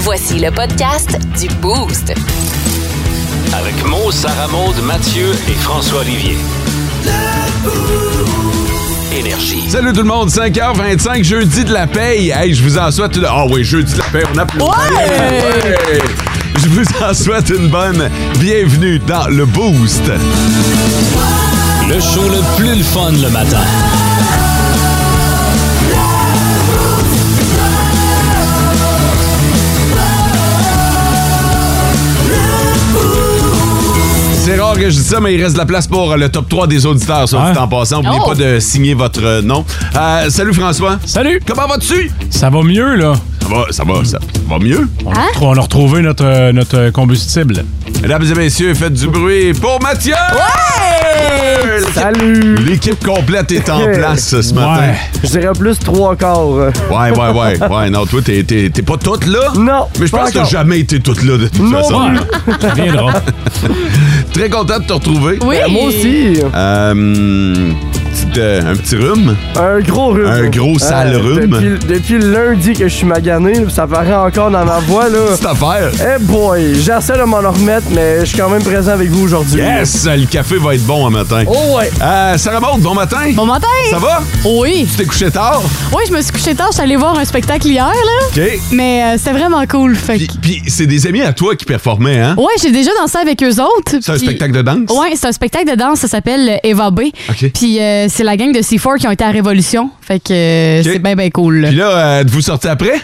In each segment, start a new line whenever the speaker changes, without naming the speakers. Voici le podcast du Boost.
Avec Mo, Sarah Maud, Mathieu et François Olivier. Énergie.
Salut tout le monde, 5h25, jeudi de la paye. Hey, je vous en souhaite une... Ah oui, jeudi de la paye, on applaudit. Ouais! Je vous en souhaite une bonne bienvenue dans le Boost.
Le show le plus le fun le matin.
C'est rare que je dis ça, mais il reste de la place pour le top 3 des auditeurs, soit dit en passant. N'oubliez
Oh.
pas de signer votre euh, nom. Euh, salut François.
Salut!
Comment vas-tu?
Ça va mieux, là?
Ça va, ça va, ça va mieux.
On,
Hein?
a, retro- on a retrouvé notre, euh, notre euh, combustible.
Mesdames et messieurs, faites du bruit pour Mathieu! Ouais!
Salut!
L'équipe complète est en place ce matin.
Ouais.
Je dirais plus trois quarts.
Ouais, ouais, ouais. Ouais, non, toi, t'es, t'es- t'es pas toute là.
Non,
Mais je
pas
pense que t'as
encore.
jamais été toute là de toute
Non.
façon.
Ouais, ça viendra.
Très content de te retrouver.
Oui.
Ben,
Moi aussi.
Euh, petite, euh, un petit rhume.
Un gros rhume. Euh,
Un
Euh,
gros sale rhume.
Depuis, depuis lundi que je suis magané, là, puis ça paraît encore dans ma voix, là.
Petite affaire.
Eh boy, j'essaie de m'en remettre, mais je suis quand même présent avec vous aujourd'hui.
Yes! Le café va être bon un matin.
Oh ouais.
Euh, Sarah Maud, bon matin.
Bon matin.
Ça va?
Oui.
Tu t'es couché tard?
Oui, je me suis couchée tard. Je suis allée voir un spectacle hier, là.
OK.
Mais euh, c'était vraiment cool. Fait
Puis,
que-
puis c'est des amis à toi qui performaient, hein?
Ouais, j'ai déjà dansé avec eux autres.
C'est un spectacle de danse?
Oui, c'est un spectacle de danse, ça s'appelle Eva B.
OK.
Puis euh, c'est la gang de C4 qui ont été à Révolution. Fait que euh,
OK.
c'est bien, bien cool. là.
Puis là, euh, vous sortez après?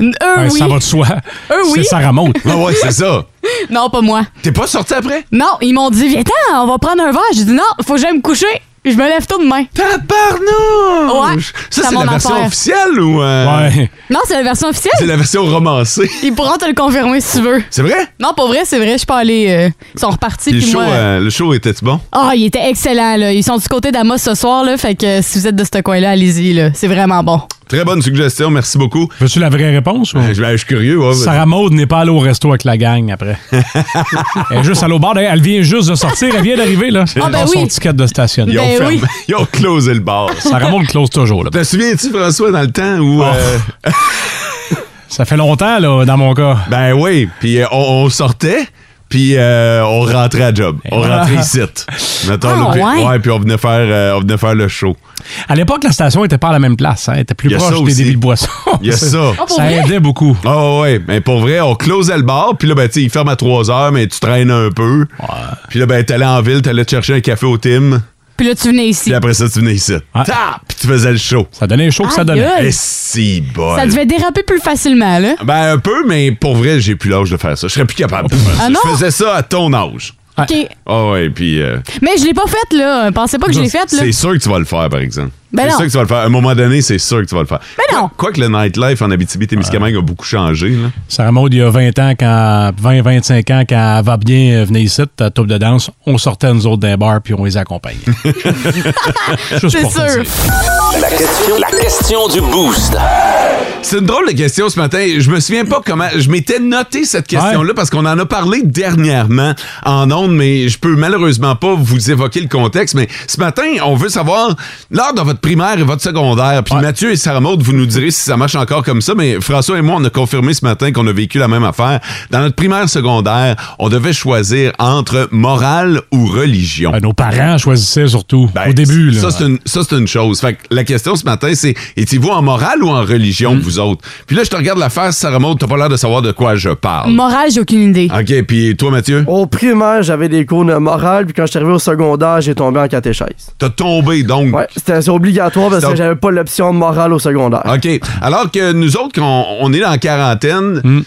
N- Eux,
Ouais,
oui.
Ben, Ça va de soi.
Euh, oui.
C'est Sarah Maud.
Ah ouais, c'est ça.
Non, pas moi.
T'es pas sorti après?
Non, ils m'ont dit, viens-t'en, on va prendre un verre. J'ai dit, non, faut que j'aille me coucher. Je me lève tout demain.
Tabarnouche!
Ouais,
ça,
c'est
c'est
mon
la version
affaire.
officielle ou... euh,
Ouais.
Non, c'est la version
C'est
officielle.
la version romancée.
Ils pourront te le confirmer si tu veux.
C'est vrai?
Non, pas vrai, c'est vrai, je suis pas allée. euh, ils sont repartis.
Puis le
puis
show,
moi,
euh, le show était bon?
Ah, il était excellent, là. Ils sont du côté d'Amos ce soir, là. Fait que euh, si vous êtes de ce coin-là, allez-y, là. C'est vraiment bon.
Très bonne suggestion, merci beaucoup.
Veux-tu la vraie réponse? ou-
Euh, Je, ben, je suis curieux. ouais.
Sarah Maud n'est pas allée au resto avec la gang après. elle est juste allée au bar. D'ailleurs, Elle vient juste de sortir. Elle vient d'arriver, là. Elle
Ah, ben
a son
oui.
ticket de
Ils
stationnement.
ont,
Ben
fermé-
oui.
Ils ont closé le bar.
Sarah Maud close toujours, là. Ah.
Te souviens-tu, François, dans le temps où... euh,
Ça fait longtemps, là, dans mon cas.
ben oui, puis euh, on, on sortait, puis euh, on rentrait à job. On
voilà.
rentrait ici. Mettons,
Ah,
là, puis,
ouais.
puis on venait, faire, euh, on venait faire le show.
À l'époque, la station n'était pas à la même place. hein. Elle était plus
Il y a ça
proche des
aussi.
débits de boissons.
Il y a ça.
Ah, pour
Ça
vrai?
aidait beaucoup.
Ah ouais, mais pour vrai, on closait le bar, puis là, ben, tu sais, il ferme à 3 heures, mais tu traînes un peu. Puis là, ben, t'allais en ville, t'allais te chercher un café au Tim,
Puis là, tu venais ici.
puis après ça, tu venais ici.
Ouais.
Tap! Puis tu faisais le show.
Ah. Ça donnait chaud que ça
Aïe,
donnait.
aïe.
Et si bol.
Ça devait déraper plus facilement, là.
Ben, un peu, mais pour vrai, j'ai plus l'âge de faire ça. Je serais plus capable de faire ça.
Ah non?
Je faisais ça à ton âge.
Ouais.
OK.
Ah ouais, puis euh,
Mais je l'ai pas faite, là. Pensez pas que je l'ai faite, là.
c'est sûr que tu vas le faire, par exemple.
Ben
c'est
non.
sûr que tu vas le faire. À un moment donné, c'est sûr que tu vas le faire.
Ben non.
Quoique le nightlife en Abitibi-Témiscamingue a beaucoup changé, là.
Sarah Maud, il y a 20 ans, quand 20-25 ans, quand elle va bien euh, venait ici, ta troupe de danse, on sortait nous autres d'un bar puis on les accompagnait. Juste
C'est
pour te
sûr.
dire.
La question, la question du Boost.
C'est une drôle de question ce matin. Je me souviens pas comment. Je m'étais noté cette question-là parce qu'on en a parlé dernièrement en ondes, mais je peux malheureusement pas vous évoquer le contexte. Mais ce matin, on veut savoir, lors de votre primaire et votre secondaire, puis
Ouais.
Mathieu et Sarah Maud, vous nous direz si ça marche encore comme ça, mais François et moi, on a confirmé ce matin qu'on a vécu la même affaire. Dans notre primaire secondaire, on devait choisir entre morale ou religion.
Ben, nos parents choisissaient surtout
Ben,
au début. Là.
Ça, c'est une, ça, c'est une chose. Fait que la question ce matin, c'est étiez-vous en morale ou en religion, vous autres? Puis là, je te regarde la face, Sarah Maud, t'as pas l'air de savoir de quoi je parle.
Morale, j'ai aucune idée.
OK, puis toi, Mathieu,
Au primaire, j'avais des cours de morale, puis quand je suis arrivé au secondaire, j'ai tombé en catéchèse.
t'as tombé, donc.
Ouais, c'était c'est obligatoire parce
Stop.
que j'avais pas l'option morale au secondaire.
OK. Alors que nous autres, quand on est en quarantaine,
Hmm.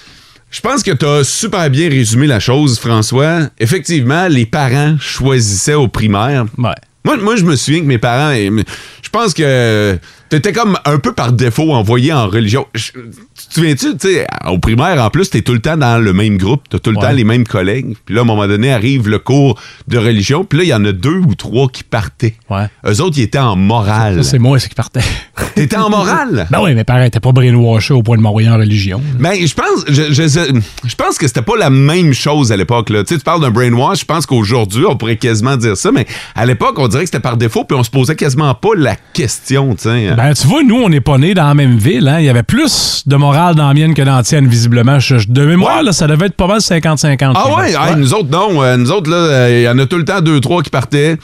je pense que t'as super bien résumé la chose, François. Effectivement, les parents choisissaient au primaire.
Ouais.
Moi, moi, je me souviens que mes parents, eh, m- je pense que t'étais comme un peu par défaut envoyé en religion. Je- Tu te souviens-tu, tu sais, au primaire, en plus, t'es tout le temps dans le même groupe, t'as tout le
Ouais.
temps les mêmes collègues. Puis là, à un moment donné, arrive le cours de religion, puis là, il y en a deux ou trois qui partaient.
Ouais.
Eux autres, ils étaient en morale.
Ça, c'est moi, c'est qui partait.
Euh. T'étais en morale?
ben oui, mes parents n'étaient pas brainwashés au point de m'envoyer en religion.
Ben, je pense, je, je, je- je pense que c'était pas la même chose à l'époque. là. Tu sais, tu parles d'un brainwash, je pense qu'aujourd'hui, on pourrait quasiment dire ça, mais à l'époque, on dirait que c'était par défaut, puis on se posait quasiment pas la question, tu sais.
Ben, tu vois, nous, on n'est pas nés dans la même ville. hein. Il y avait plus de morale dans la mienne que dans la tienne, visiblement. Je, je- de mémoire,
Ouais.
là, ça devait être pas mal 50-50.
Ah
je pense.
ouais, hey, nous autres, non. Euh, nous autres, là, euh, il y en a tout le temps deux, trois qui partaient.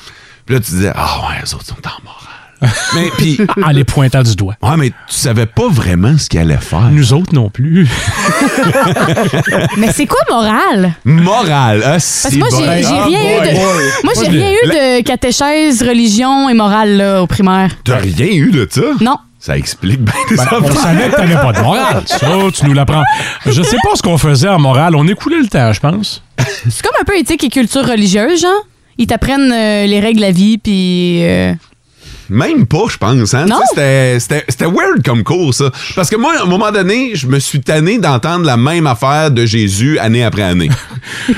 Puis là, tu disais, ah ouais, les autres sont en morale. mais puis,
En les pointant du doigt.
ouais, mais tu savais pas vraiment ce qu'ils allaient faire.
Nous autres non plus.
Mais c'est quoi morale?
Morale, ah,
Parce
si
que moi,
bon.
j'ai j'ai
Ah,
rien eu
boy.
de. Moi,
Moi,
j'ai
j'ai-
rien eu de catéchèse, religion et morale là, au primaire.
Ah, T'as rien eu de ça?
Non.
Ça explique bien
Ben,
ça.
on savait que t'avais pas de morale. Ça, tu nous l'apprends. Je sais pas ce qu'on faisait en morale. On écoulait le temps, je pense.
C'est comme un peu éthique et culture religieuse, genre. Ils t'apprennent euh, les règles de la vie, puis. euh,
Même pas, je pense. Hein?
Non.
Tu sais, c'était- C'était c'était weird comme cours, ça. Parce que moi, à un moment donné, je me suis tanné d'entendre la même affaire de Jésus année après année.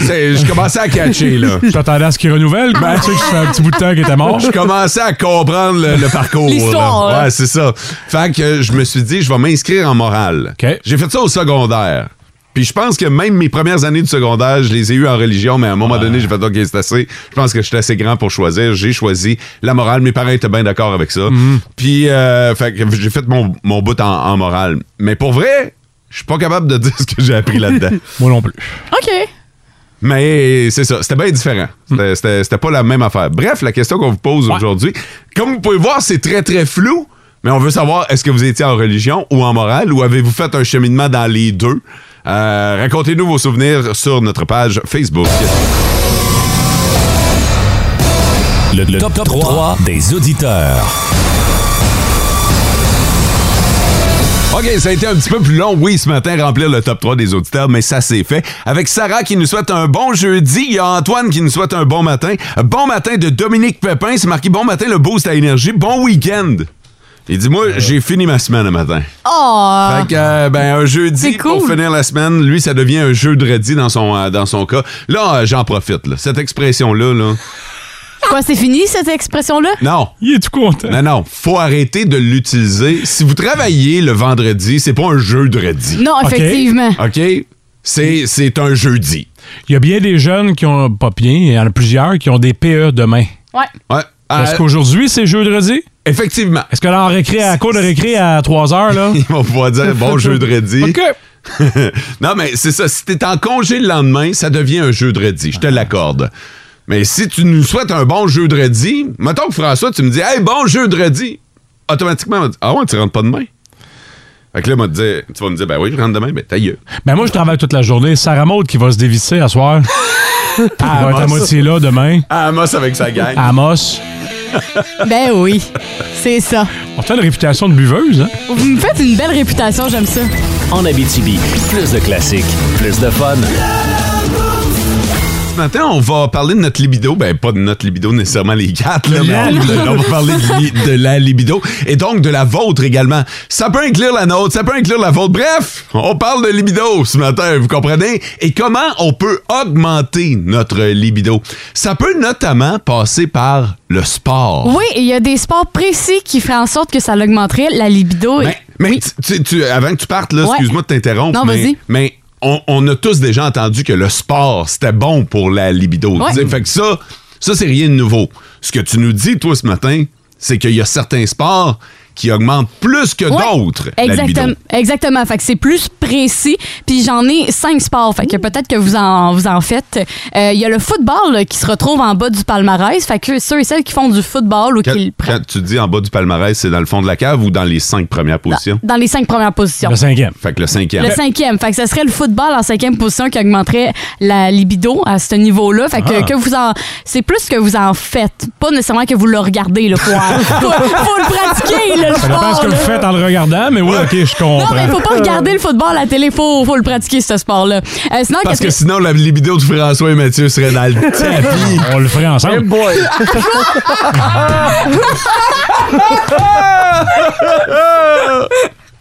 C'est- Je commençais à catcher, là.
Je t'attendais à ce qu'il renouvelle. Ben, tu sais que ça fait un petit bout de temps qu'il était mort.
Je commençais à comprendre le, le parcours.
L'histoire,
là.
hein.
Ouais, c'est ça. Fait que je me suis dit, je vais m'inscrire en morale.
OK.
J'ai fait ça au secondaire. Puis je pense que même mes premières années du secondaire, je les ai eues en religion, mais à un moment donné, j'ai fait OK, c'est assez. Je pense que j'étais assez grand pour choisir. J'ai choisi la morale. Mes parents étaient bien d'accord avec ça.
Mhm.
Puis euh, fait que j'ai fait mon, mon bout en, en morale. Mais pour vrai, je suis pas capable de dire ce que j'ai appris là-dedans.
Moi non plus.
OK.
Mais c'est ça, c'était bien différent. C'était- C'était c'était pas la même affaire. Bref, la question qu'on vous pose
Ouais.
aujourd'hui, comme vous pouvez voir, c'est très très flou, mais on veut savoir est-ce que vous étiez en religion ou en morale ou avez-vous fait un cheminement dans les deux? Euh, Racontez-nous vos souvenirs sur notre page Facebook.
Le, top, 3 des auditeurs.
OK, ça a été un petit peu plus long, oui, ce matin, remplir le top 3 des auditeurs, mais ça s'est fait. Avec Sarah qui nous souhaite un bon jeudi, il y a Antoine qui nous souhaite un bon matin. Bon matin de Dominique Pépin, c'est marqué bon matin le boost à énergie, bon week-end. Il dit, moi, j'ai fini ma semaine le matin.
Oh!
Fait que, euh, ben, un jeudi
C'est cool.
pour finir la semaine, lui, ça devient un jeu de redis dans son, euh, dans son cas. Là, euh, j'en profite, là. Cette expression-là, là.
Quoi, c'est fini, cette expression-là?
Non!
Il est tout content.
Non, non, faut arrêter de l'utiliser. Si vous travaillez le vendredi, c'est pas un jeu de redis.
Non,
OK.
effectivement.
OK? C'est, c'est un jeudi.
Il y a bien des jeunes qui ont, pas bien, il y en a plusieurs qui ont des PE demain.
Ouais.
Ouais. Euh,
Est-ce qu'aujourd'hui, c'est jeudi?
effectivement.
Est-ce que là, en récré, à la cour de récré à 3 heures, là?
Ils vont pouvoir dire bon jeu de redis.
OK.
non, mais c'est ça. Si t'es en congé le lendemain, ça devient un jeu de redis. Je te l'accorde. Mais si tu nous souhaites un bon jeu de redis, mettons que François, tu me dis Hey, bon jeu de redis. Automatiquement, on va dire, Ah ouais, tu rentres pas demain. Fait que là, moi, te dire- tu vas me dire Ben oui, je rentre demain, mais ta gueule.
Ben moi, je travaille toute la journée. Sarah Maud qui va se dévisser à soir. Elle va être à moitié là demain.
Amos avec sa gang.
À Amos.
Ben oui. C'est ça.
On fait une réputation de buveuse, hein?
Vous me faites une belle réputation, j'aime ça.
En Abitibi, plus de classiques, plus de fun.
Ce matin, on va parler de notre libido. Ben, pas de notre libido nécessairement les quatre, là, mais on, de- on va parler de, li- de la libido et donc de la vôtre également. Ça peut inclure la nôtre, ça peut inclure la vôtre. Bref, on parle de libido ce matin, vous comprenez? Et comment on peut augmenter notre libido? Ça peut notamment passer par le sport.
Oui, et il y a des sports précis qui feraient en sorte que ça l'augmenterait, la libido.
Mais, mais tu- tu- tu- avant que tu partes, là,
Ouais.
excuse-moi de t'interrompre.
Non,
mais-
vas-y.
Mais on, on a tous déjà entendu que le sport, c'était bon pour la libido.
Ouais.
Tu sais, Fait que ça, ça, c'est rien de nouveau. Ce que tu nous dis, toi, ce matin, c'est qu'il y a certains sports qui augmentent plus que
Ouais.
d'autres la
Exactement.
libido.
Exactement. Fait que c'est plus précis. Puis j'en ai cinq sports. Fait que peut-être que vous en, vous en faites. Euh, Il y a le football là, qui se retrouve en bas du palmarès. Fait que ceux et celles qui font du football ou
Quand,
qui le prennent.
quand tu dis en bas du palmarès, c'est dans le fond de la cave ou dans les cinq premières positions?
Dans les cinq premières positions.
Ben,
Le cinquième.
Fait que le cinquième.
Le cinquième. Fait que ce serait le football en cinquième position qui augmenterait la libido à ce niveau-là. Fait que,
Ah.
que vous en. C'est plus que vous en faites. Pas nécessairement que vous le regardez, là. Faut, faut- faut le pratiquer, là, le
Ça dépend
sport.
ce que vous
là.
faites en le regardant, mais oui, OK, je
Non, mais
comprends.
faut pas regarder le football à la télé. Faut, faut le pratiquer, ce sport-là. Euh, sinon,
Parce que
qu'est-ce
sinon, la libido de François et Mathieu serait dans le tapis.
On le ferait
Hey
ensemble.
boy!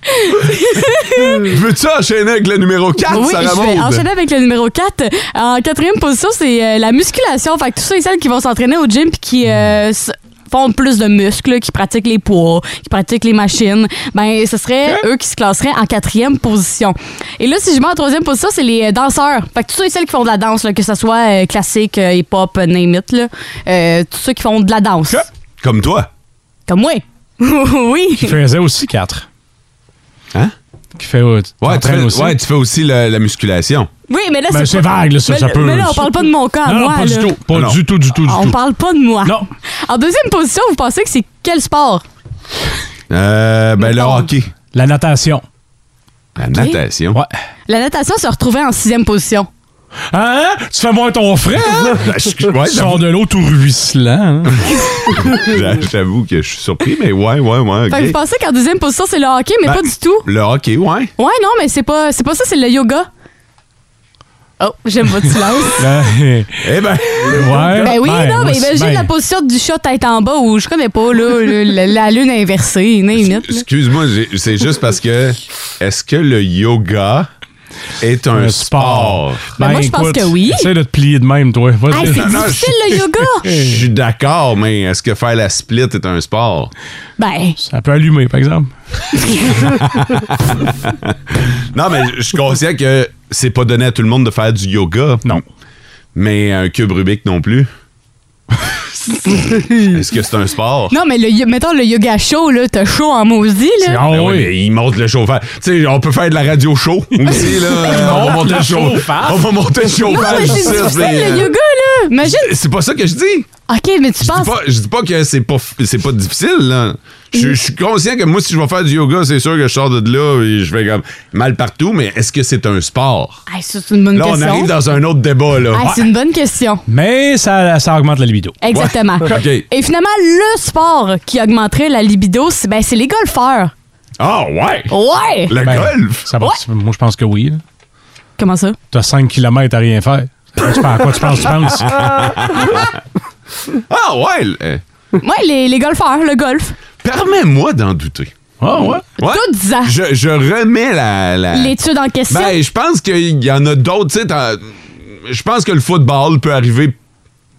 Veux-tu enchaîner avec le numéro 4,
Oui,
Sarah
je vais
Maud?
enchaîner avec le numéro 4. En quatrième position, c'est euh, la musculation. Fait que tous ceux et celles qui vont s'entraîner au gym puis qui
Hmm.
euh, s- font plus de muscles, là, qui pratiquent les poids, qui pratiquent les machines, ben ce serait eux qui se classeraient en quatrième position. Et là, si je mets en troisième position, c'est les euh, danseurs. Fait que tous ceux et celles qui font de la danse, là, que ce soit euh, classique, euh, hip-hop, euh, name it, là, euh, tous ceux qui font de la danse.
Comme toi.
Comme moi. oui.
Je faisais aussi quatre.
Hein?
qui fait. euh, tu
Ouais, tu
t'entraînes
fais,
aussi.
ouais, tu fais aussi la, la musculation.
Oui, mais là,
Ben, c'est vague, là, ça,
mais,
ça peut-
Mais là, on parle pas de mon cas à
non, non,
moi.
pas
là.
du tout. Pas
Non.
du tout, du tout, du
Ah, On
tout.
parle pas de moi.
Non.
En deuxième position, vous pensez que c'est quel sport?
Euh, ben, le
Mettons.
hockey.
La natation.
La natation.
Ouais.
La natation se retrouvait en sixième position.
Hein? Tu fais moins ton frère? hein?
Ben, je- ouais,
Tu sors de l'eau tout ruisselant. hein?
j'avoue- J'avoue que je suis surpris, mais ouais, ouais, ouais.
Fait que vous
ok.
pensez qu'en deuxième position, c'est le hockey, mais
Ben,
pas du tout.
Le hockey, ouais.
Ouais, non, mais c'est pas, c'est pas ça, c'est le yoga. Oh, j'aime votre silence.
Ben,
Eh ben,
ouais.
Ben oui,
Ben,
non, mais
ouais,
imagine
ben,
la position du chat tête en bas où je connais pas, là, le- la, la lune inversée, name it, là.
excuse-moi, j'ai- c'est juste parce que est-ce que le yoga est un,
un
sport?
sport.
Ben, moi, je pense
écoute,
que oui.
Essaye de te plier de même, toi. Va-
Ah, c'est difficile, le
Je
yoga!
suis d'accord, mais est-ce que faire la split est un sport?
Ben,
Ça peut allumer, par exemple.
Non, mais je suis conscient que c'est pas donné à tout le monde de faire du yoga.
Non.
Mais un cube Rubik non plus. Est-ce que c'est un sport?
non, mais le, yo- mettons le yoga chaud, là, t'as chaud en maudit, là.
Ah
Ben oui,
oui.
mais il monte le chauffage. Tu sais, on peut faire de la radio show aussi, là. Euh, on, va
monte
monter
le
le chauffe-
chauffage.
on va monter le
Non, mais
chauffage.
c'est
ici,
difficile,
mais,
le
euh,
yoga, là! Imagine!
C'est pas ça que je dis.
Ok, mais tu
Je dis
penses.
pas, je dis pas que c'est pas, f- c'est pas difficile, là. Je, je suis conscient que moi, si je vais faire du yoga, c'est sûr que je sors de là et je vais comme mal partout, mais est-ce que c'est un sport?
Ah, ça, c'est une bonne
Là, on
question.
arrive dans un autre débat, là.
Ah, c'est une bonne question.
Mais ça, ça augmente la libido.
Exactement.
OK.
Et finalement, le sport qui augmenterait la libido, c'est ben, c'est les golfeurs.
Ah, ouais!
Ouais!
Le
Ben,
golf!
ça va-
Ouais.
Moi, je pense que oui. là.
Comment ça?
T'as 5 km à rien faire. Tu penses à quoi tu penses? Tu penses?
Ah, ouais! euh,
Ouais, les, les golfeurs, le golf.
Permets-moi d'en douter.
Ah ouais.
Ouais.
Tout disant.
Je, je remets la. la-
L'étude en question.
Ben, je pense qu'il y en a d'autres. tu sais, t'en- Je pense que le football peut arriver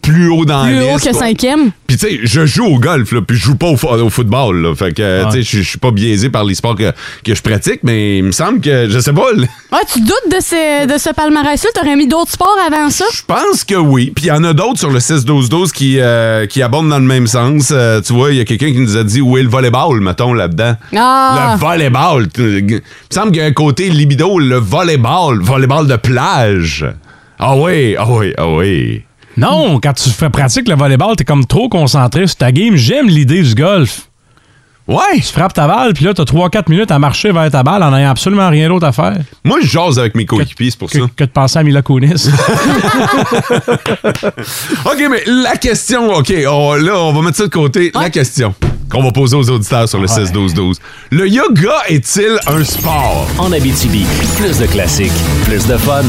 plus haut dans
plus
la
haut
liste.
que cinquième.
Puis, tu sais, je joue au golf, là, puis je joue pas au, fo- au football. Là, fait que, euh,
Ouais.
tu sais, je- je suis pas biaisé par les sports que, que je pratique, mais il me semble que, je sais pas, là,
Ouais, tu doutes de ce, de ce palmarès-là? T'aurais mis d'autres sports avant ça?
je pense que oui. Puis, il y en a d'autres sur le 6-12-12 qui, euh, qui abondent dans le même sens. Euh, tu vois, il y a quelqu'un qui nous a dit où est le volleyball, mettons, là-dedans.
Ah!
Le volleyball. tu- Il me semble qu'il y a un côté libido, le volleyball, volleyball de plage. Ah oui, ah oui, ah oui.
Non, quand tu fais pratique le volleyball, t'es comme trop concentré sur ta game. J'aime l'idée du golf.
Ouais,
Tu frappes ta balle, puis là, t'as 3-4 minutes à marcher vers ta balle en n'ayant absolument rien d'autre à faire
moi je jase avec mes coéquipiers, c'est pour
que,
ça.
que de penser à Mila Kunis.
OK, mais la question, OK, on- là, on va mettre ça de côté. La question qu'on va poser aux auditeurs sur le 16-12-12. Le yoga est-il un sport?
En Abitibi, plus de classiques, plus de fun.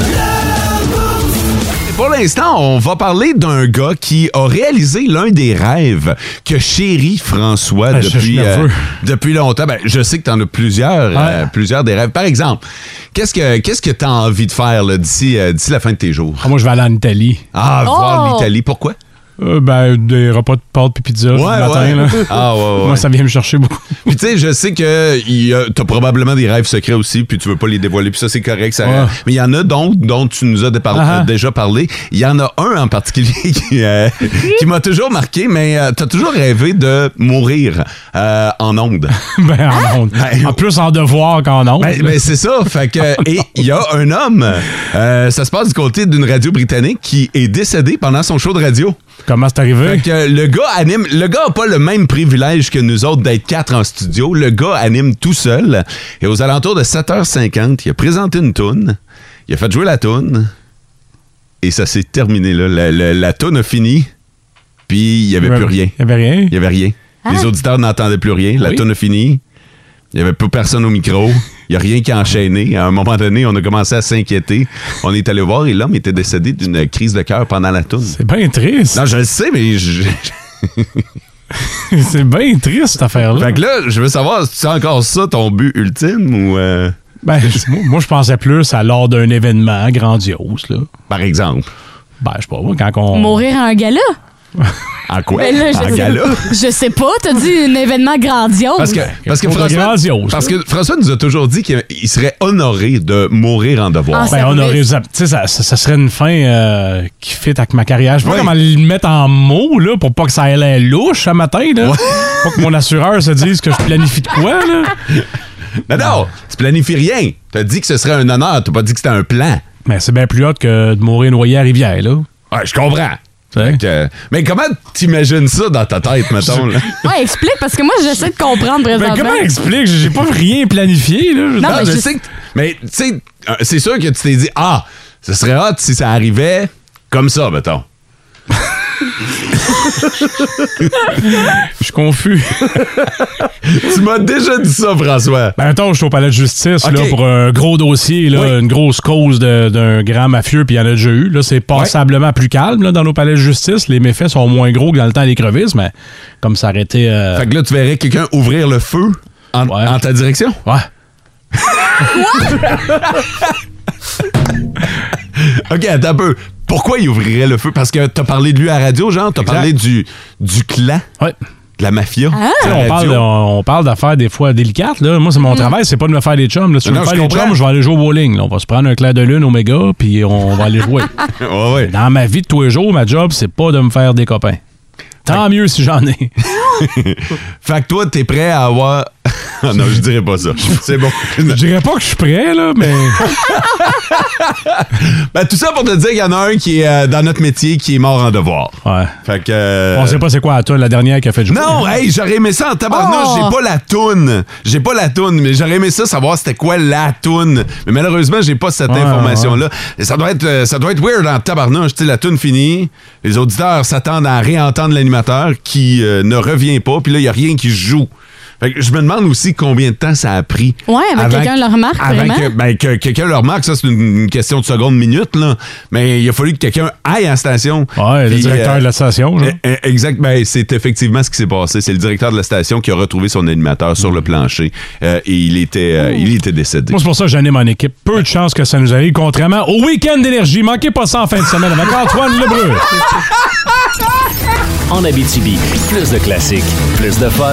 Pour l'instant, on va parler d'un gars qui a réalisé l'un des rêves que chérit François
Ah, je suis
depuis, euh,
nerveux.
depuis longtemps. Ben, je sais que tu en as plusieurs, euh, plusieurs des rêves. Par exemple, qu'est-ce que qu'est-ce que tu as envie de faire là, d'ici euh, d'ici la fin de tes jours?
Ah, moi, je vais aller en Italie.
Ah, voir
Oh!
l'Italie. Pourquoi?
Euh, ben, des repas de pâtes puis pizza le matin. Là.
Ah, ouais, ouais.
Moi, ça vient me chercher beaucoup.
Puis tu sais, je sais que il y a- t'as probablement des rêves secrets aussi, puis tu veux pas les dévoiler, puis ça c'est correct. Ça,
Ouais.
Mais il y en a donc dont tu nous as dépar-
Ah ah.
euh, déjà parlé. Il y en a un en particulier qui, euh, qui m'a toujours marqué, mais euh, t'as toujours rêvé de mourir euh, en onde.
ben, en ondes.
Ben,
en plus, en devoir qu'en ondes.
Ben, ben, c'est ça. Fait que, et il y a un homme, euh, ça se passe du côté d'une radio britannique qui est décédé pendant son show de radio.
Comment c'est arrivé?
Fait que le gars anime. Le gars n'a pas le même privilège que nous autres d'être quatre en studio. Le gars anime tout seul. Et aux alentours de 7h50, il a présenté une toune. Il a fait jouer la toune. Et ça s'est terminé, là. La, la, la toune a fini. Puis il n'y avait plus rien.
Il n'y avait rien.
Il n'y avait rien. Les auditeurs n'entendaient plus rien. La
Oui.
toune a fini. Il n'y avait plus personne au micro. Il n'y a rien qui a enchaîné. À un moment donné, on a commencé à s'inquiéter. On est allé voir et l'homme était décédé d'une crise de cœur pendant la toune.
C'est bien triste.
Non, je le sais, mais je,
c'est bien triste, cette affaire-là.
Fait que là, je veux savoir, c'est encore ça ton but ultime ou euh,
Ben, je- moi, moi, je pensais plus à lors d'un événement grandiose. Là.
par exemple?
Ben, je sais pas, moi, quand on.
Mourir à un gala?
En quoi?
Ben là, je
en
sais-
gala?
Je sais pas, t'as dit un événement grandiose.
Parce que, parce, que
Chose de
François,
grandiose,
parce
là.
que François nous a toujours dit qu'il il serait honoré de mourir en devoir.
Ah,
Ben, on
service.
aurait. Ça, tu sais, ça, ça- ça serait une fin euh, qui fit avec ma carrière. Je sais pas
Oui.
comment le mettre en mots, là, pour pas que ça ait l'air louche ce matin, là. Pas que mon assureur se dise que je planifie de quoi, là.
Non, non, tu planifies rien. T'as dit que ce serait un honneur, t'as pas dit que c'était un plan.
Mais c'est bien plus hot que de mourir noyé à Rivière, là.
Ouais, je comprends.
Ouais.
Fait que- euh, mais comment t'imagines ça dans ta tête, mettons? là?
Ouais, explique, parce que moi, j'essaie de comprendre
Mais
présentement.
comment explique? J'ai pas rien planifié, là.
Non,
Non,
mais
je
je-
sais que- Mais tu sais, euh, c'est sûr que tu t'es dit, ah, ce serait hot si ça arrivait comme ça, mettons.
Je suis confus.
tu m'as déjà dit ça, François.
Ben, attends, je suis au palais de justice
OK.
là, pour un gros dossier, là,
Oui.
une grosse cause de- d'un grand mafieux, puis il y en a déjà eu. Là, c'est passablement plus calme là, dans nos palais de justice. Les méfaits sont moins gros que dans le temps des crevisses, mais comme ça arrêtait. euh,
Fait que là, tu verrais quelqu'un ouvrir le feu en,
Ouais.
en ta direction.
Ouais.
OK, attends un peu. Pourquoi il ouvrirait le feu? Parce que t'as parlé de lui à la radio, genre, t'as
Exact.
parlé du, du clan,
Ouais.
de la mafia.
Tu sais, On parle, de- on parle d'affaires des fois délicates. Là. Moi, c'est mon travail, c'est pas de me faire des chums. Là. Si je
Non,
veux me
je
faire des
comprends.
chums, je vais aller jouer au bowling. là. On va se prendre un clair de lune au méga, puis on va aller jouer.
de... Ouais, ouais.
Dans ma vie de tous les jours, ma job, c'est pas de me faire des copains. Tant mieux si j'en ai.
Fait que toi, t'es prêt à avoir... Ah non, je dirais pas ça. C'est bon.
Je dirais pas que je suis prêt, là, mais.
Ben, tout ça pour te dire qu'il y en a un qui est euh, dans notre métier qui est mort en devoir.
Ouais.
Fait que... euh,
On sait pas c'est quoi à toi, la dernière qui a fait jouer.
Non, hey, j'aurais aimé ça en tabarnouche.
Oh!
J'ai pas la toune. J'ai pas la toune, mais j'aurais aimé ça savoir c'était quoi la toune. Mais malheureusement, j'ai pas cette
Ouais,
information-là. Et Ça doit être euh, ça doit être weird en tabarnouche. Tu sais, la toune finie, les auditeurs s'attendent à réentendre l'animateur qui euh, ne revient pas, puis là, il y a rien qui se joue. Fait que je me demande aussi combien de temps ça a pris.
Ouais, avant que
Avant
quelqu'un le remarque,
avant
vraiment.
que- ben, que quelqu'un le remarque, ça, c'est une une question de secondes, minutes, là. Mais il a fallu que quelqu'un aille à la station.
Ouais, le
Puis,
directeur
euh,
de la
Hmm.
station, genre.
eh, eh, Exact. Ben, c'est effectivement ce qui s'est passé. C'est le directeur de la station qui a retrouvé son animateur sur
Hmm.
le plancher euh, et il était, euh, il était décédé.
Moi, c'est pour ça que j'anime mon équipe. Peu de chances que ça nous arrive, contrairement au week-end d'énergie. Manquez pas ça en fin de semaine avec Antoine Lebreu.
En Abitibi, plus de classiques, plus de fun.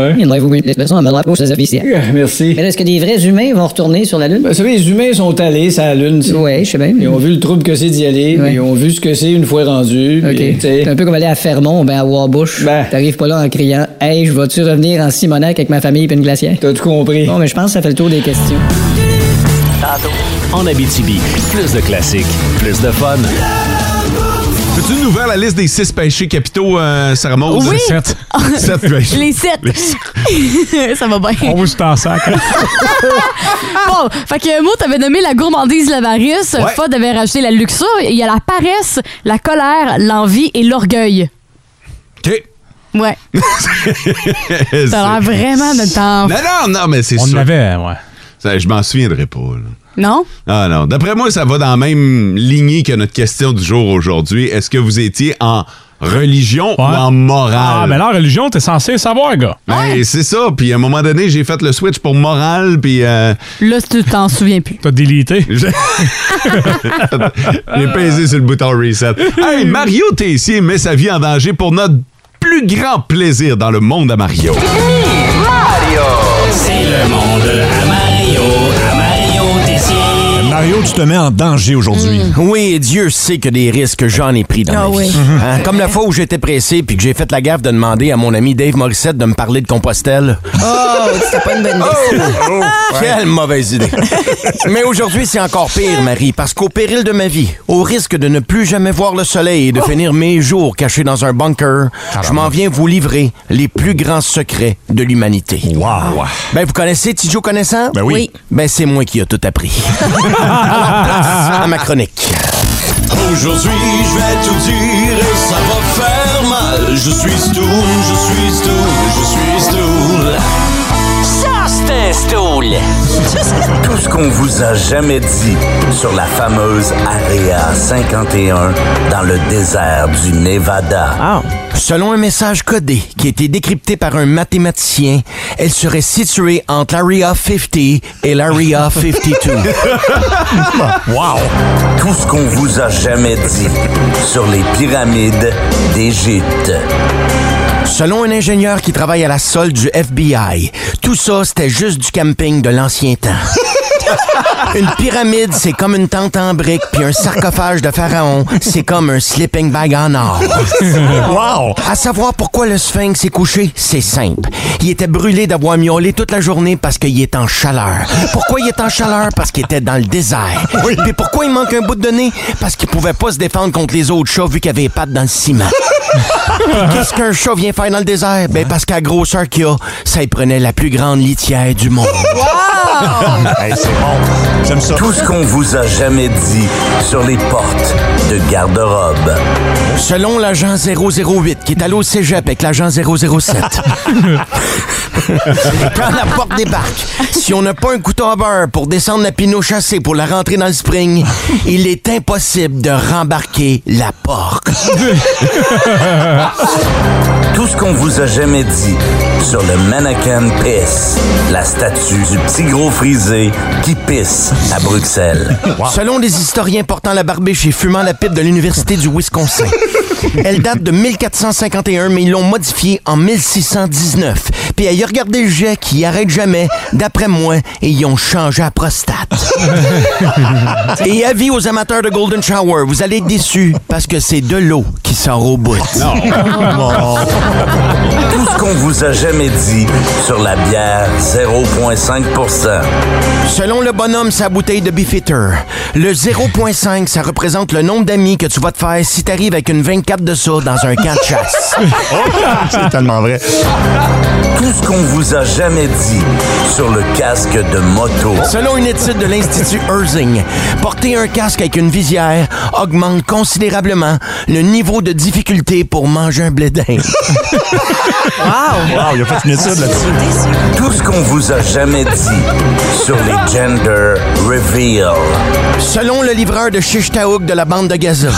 ouais.
Il y en aurait vous les personnes à me droite pour ces officiers.
Euh, Merci.
Mais là, est-ce que des vrais humains vont retourner sur la Lune?
Ben, Vous savez, les humains sont allés sur la Lune. c'est-
Ouais, je sais bien.
Ils ont vu le trouble que c'est d'y aller,
Ouais.
puis ils ont vu ce que c'est une fois rendu.
OK.
puis, tu sais.
C'est un peu comme aller à Fermont, ben à Warbush.
Ben.
T'arrives pas là en criant Hey, je vas-tu revenir en Simonac avec ma famille et une glacière?
T'as tout compris.
Bon, mais je pense que ça fait le tour des questions.
En Abitibi, plus de classiques, plus de fun.
Hmm.
Peux-tu nous ouvrir la liste des six péchés capitaux, euh, Sarah Maud?
Oui.
Sept.
Sept péchés.
Les sept. ça va bien.
On vous se en sac.
Bon, fait que Mo, t'avais nommé la gourmandise, l'avarice.
Ouais.
Fod avait rajouté la luxure. Il y a la paresse, la colère, l'envie et l'orgueil.
OK.
Ouais.
C'est-
T'as l'air vraiment de temps.
Non, non, non, mais c'est
On
sûr.
l'avait, ouais.
Ça, Je m'en souviendrai pas. là.
Non?
Ah non. D'après moi, ça va dans la même lignée que notre question du jour aujourd'hui. Est-ce que vous étiez en religion ou
Ouais.
en morale?
Ah, ben la religion, t'es censé savoir, gars.
Ben, c'est ça. Puis à un moment donné, j'ai fait le switch pour morale, puis... euh,
Là, tu t'en souviens plus.
T'as délité.
Je- J'ai pesé sur le bouton reset. Hey, Mario Tessier met sa vie en danger pour notre plus grand plaisir dans le monde à Mario.
Mario, tu te mets en danger aujourd'hui.
Mm. Oui, et Dieu sait que des risques j'en ai pris dans
Ah
ma
oui.
vie.
Mm-hmm.
Hein, comme la fois où j'étais pressé puis que j'ai fait la gaffe de demander à mon ami Dave Morissette de me parler de Compostelle.
Oh, c'était pas une bonne
Quelle mauvaise idée. Mais aujourd'hui, c'est encore pire, Marie, parce qu'au péril de ma vie, au risque de ne plus jamais voir le soleil
Oh.
et de finir mes jours cachés dans un bunker, je m'en viens vous livrer les plus grands secrets de l'humanité.
Wow.
Ben, vous connaissez Tijo Connaissant?
Ben oui.
Ben, c'est moi qui a tout appris. Alors, place à ma chronique.
Aujourd'hui, je vais tout dire et ça va faire mal. Je suis stool, je suis stool, je suis stool.
Ça, c'est un stool.
Tout ce qu'on vous a jamais dit sur la fameuse Area 51 dans le désert du Nevada.
Selon un message codé qui a été décrypté par un mathématicien, elle serait située entre l'Area 50 et l'Area 52.
wow! Tout ce qu'on vous a jamais dit sur les pyramides d'Égypte.
Selon un ingénieur qui travaille à la solde du FBI, tout ça, c'était juste du camping de l'ancien temps. Une pyramide, c'est comme une tente en briques, puis un sarcophage de pharaon, c'est comme un sleeping bag en or. wow! À savoir pourquoi le sphinx s'est couché, c'est simple. Il était brûlé d'avoir miaulé toute la journée parce qu'il est en chaleur. Pourquoi il est en chaleur? Parce qu'il était dans le désert. Puis pourquoi il manque un bout de nez? Parce qu'il pouvait pas se défendre contre les autres chats vu qu'il avait les pattes dans le ciment. Puis Qu'est-ce qu'un chat vient faire dans le désert? Ben parce qu'à la grosseur qu'il a, ça y prenait la plus grande litière du monde.
Ah!
Hey, c'est bon. J'aime ça. Tout ce qu'on vous a jamais dit sur les portes de garde-robe.
Selon l'agent 008 qui est allé au cégep avec l'agent 007. Quand la porte débarque, si on n'a pas un couteau à beurre pour descendre la pinot chassée pour la rentrer dans le spring, il est impossible de rembarquer la porte.
Tout ce qu'on vous a jamais dit sur le mannequin pisse, la statue du petit gros frisé qui pisse à Bruxelles.
Selon des historiens portant la barbiche et fumant la pipe de l'Université du Wisconsin, elle date de 1451, mais ils l'ont modifiée en 1619. Puis ailleurs, regardez le jet qui arrête jamais, d'après moi, et ils ont changé la prostate. et avis aux amateurs de Golden Shower, vous allez être déçus parce que c'est de l'eau qui sort au bout.
Tout ce qu'on vous a jamais dit sur la bière 0,5%.
Selon le bonhomme, sa bouteille de Beefeater, le 0.5, ça représente le nombre d'amis que tu vas te faire si t'arrives avec une 24 de ça dans un camp de chasse.
Oh, C'est tellement vrai.
Tout ce qu'on vous a jamais dit sur le casque de moto.
Selon une étude de l'Institut Erzing, porter un casque avec une visière augmente considérablement le niveau de difficulté pour manger un blé d'Inde.
Wow, il a fait une étude là-dessus.
Tout ce qu'on vous a jamais dit sur les gender reveal.
Selon le livreur de Chichtaouk de la bande de Gaza.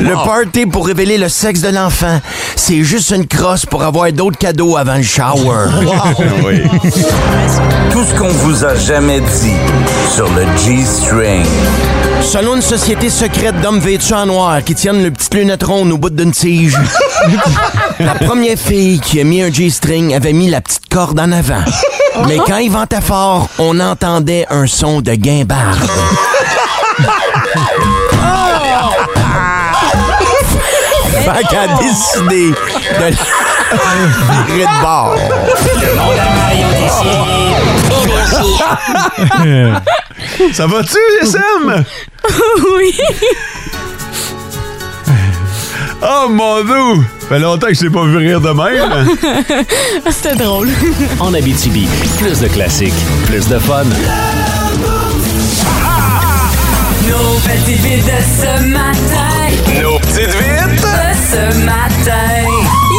Le party pour révéler le sexe de l'enfant, c'est juste une crosse pour avoir d'autres cadeaux avant le shower.
Tout ce qu'on vous a jamais dit sur le G-string.
Selon une société secrète d'hommes vêtus en noir qui tiennent le petit lunette ronde au bout d'une tige, la première fille qui a mis un G-string avait mis la petite corde en avant. Mais quand il ventait fort, on entendait un son de guimbarde. Fait qu'elle a décidé de la virer de bord.
Ça va-tu, SM?
oui.
Oh mon dieu! Fait longtemps que je t'ai pas vu rire de même.
C'était drôle.
En Abitibi, plus de classiques, plus de fun.
Nos petites vites de ce matin.
Nos petites vites
de ce matin.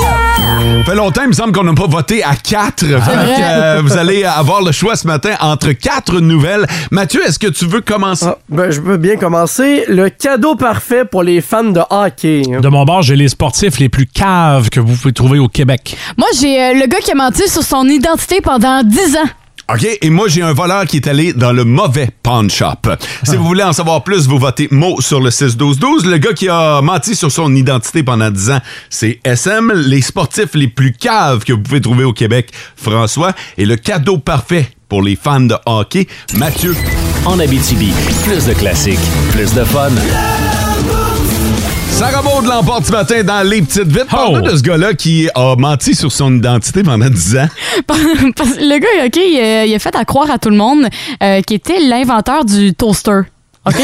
Yeah!
Fait longtemps, il me semble qu'on n'a pas voté à quatre. Fait que, euh, vous allez avoir le choix ce matin entre quatre nouvelles. Mathieu, est-ce que tu veux commencer?
Ben, je veux bien commencer. Le cadeau parfait pour les fans de hockey. hein.
De mon bord, j'ai les sportifs les plus caves que vous pouvez trouver au Québec.
Moi, j'ai euh, le gars qui a menti sur son identité pendant 10 ans.
OK, et moi, j'ai un voleur qui est allé dans le mauvais pawn shop. Si vous voulez en savoir plus, vous votez mot sur le 6-12-12. Le gars qui a menti sur son identité pendant 10 ans, c'est SM. Les sportifs les plus caves que vous pouvez trouver au Québec, François. Et le cadeau parfait pour les fans de hockey, Mathieu.
En Abitibi, plus de classiques, plus de fun.
Sarah Maud l'emporte ce matin dans Les Petites Vites. Parle-nous de ce gars-là qui a menti sur son identité pendant 10 ans.
Parce- parce que le gars, OK, il a, il a fait à croire à tout le monde euh, qu'il était l'inventeur du toaster. OK?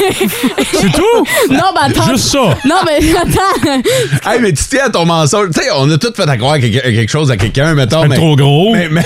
C'est tout?
non, bah, mais attends.
Juste ça.
Non, mais attends.
Hey, mais tu tiens à ton mensonge. Tu sais, on a tout fait à croire quelque, quelque chose à quelqu'un, mettons.
Fait
mais,
trop gros.
Mais, mais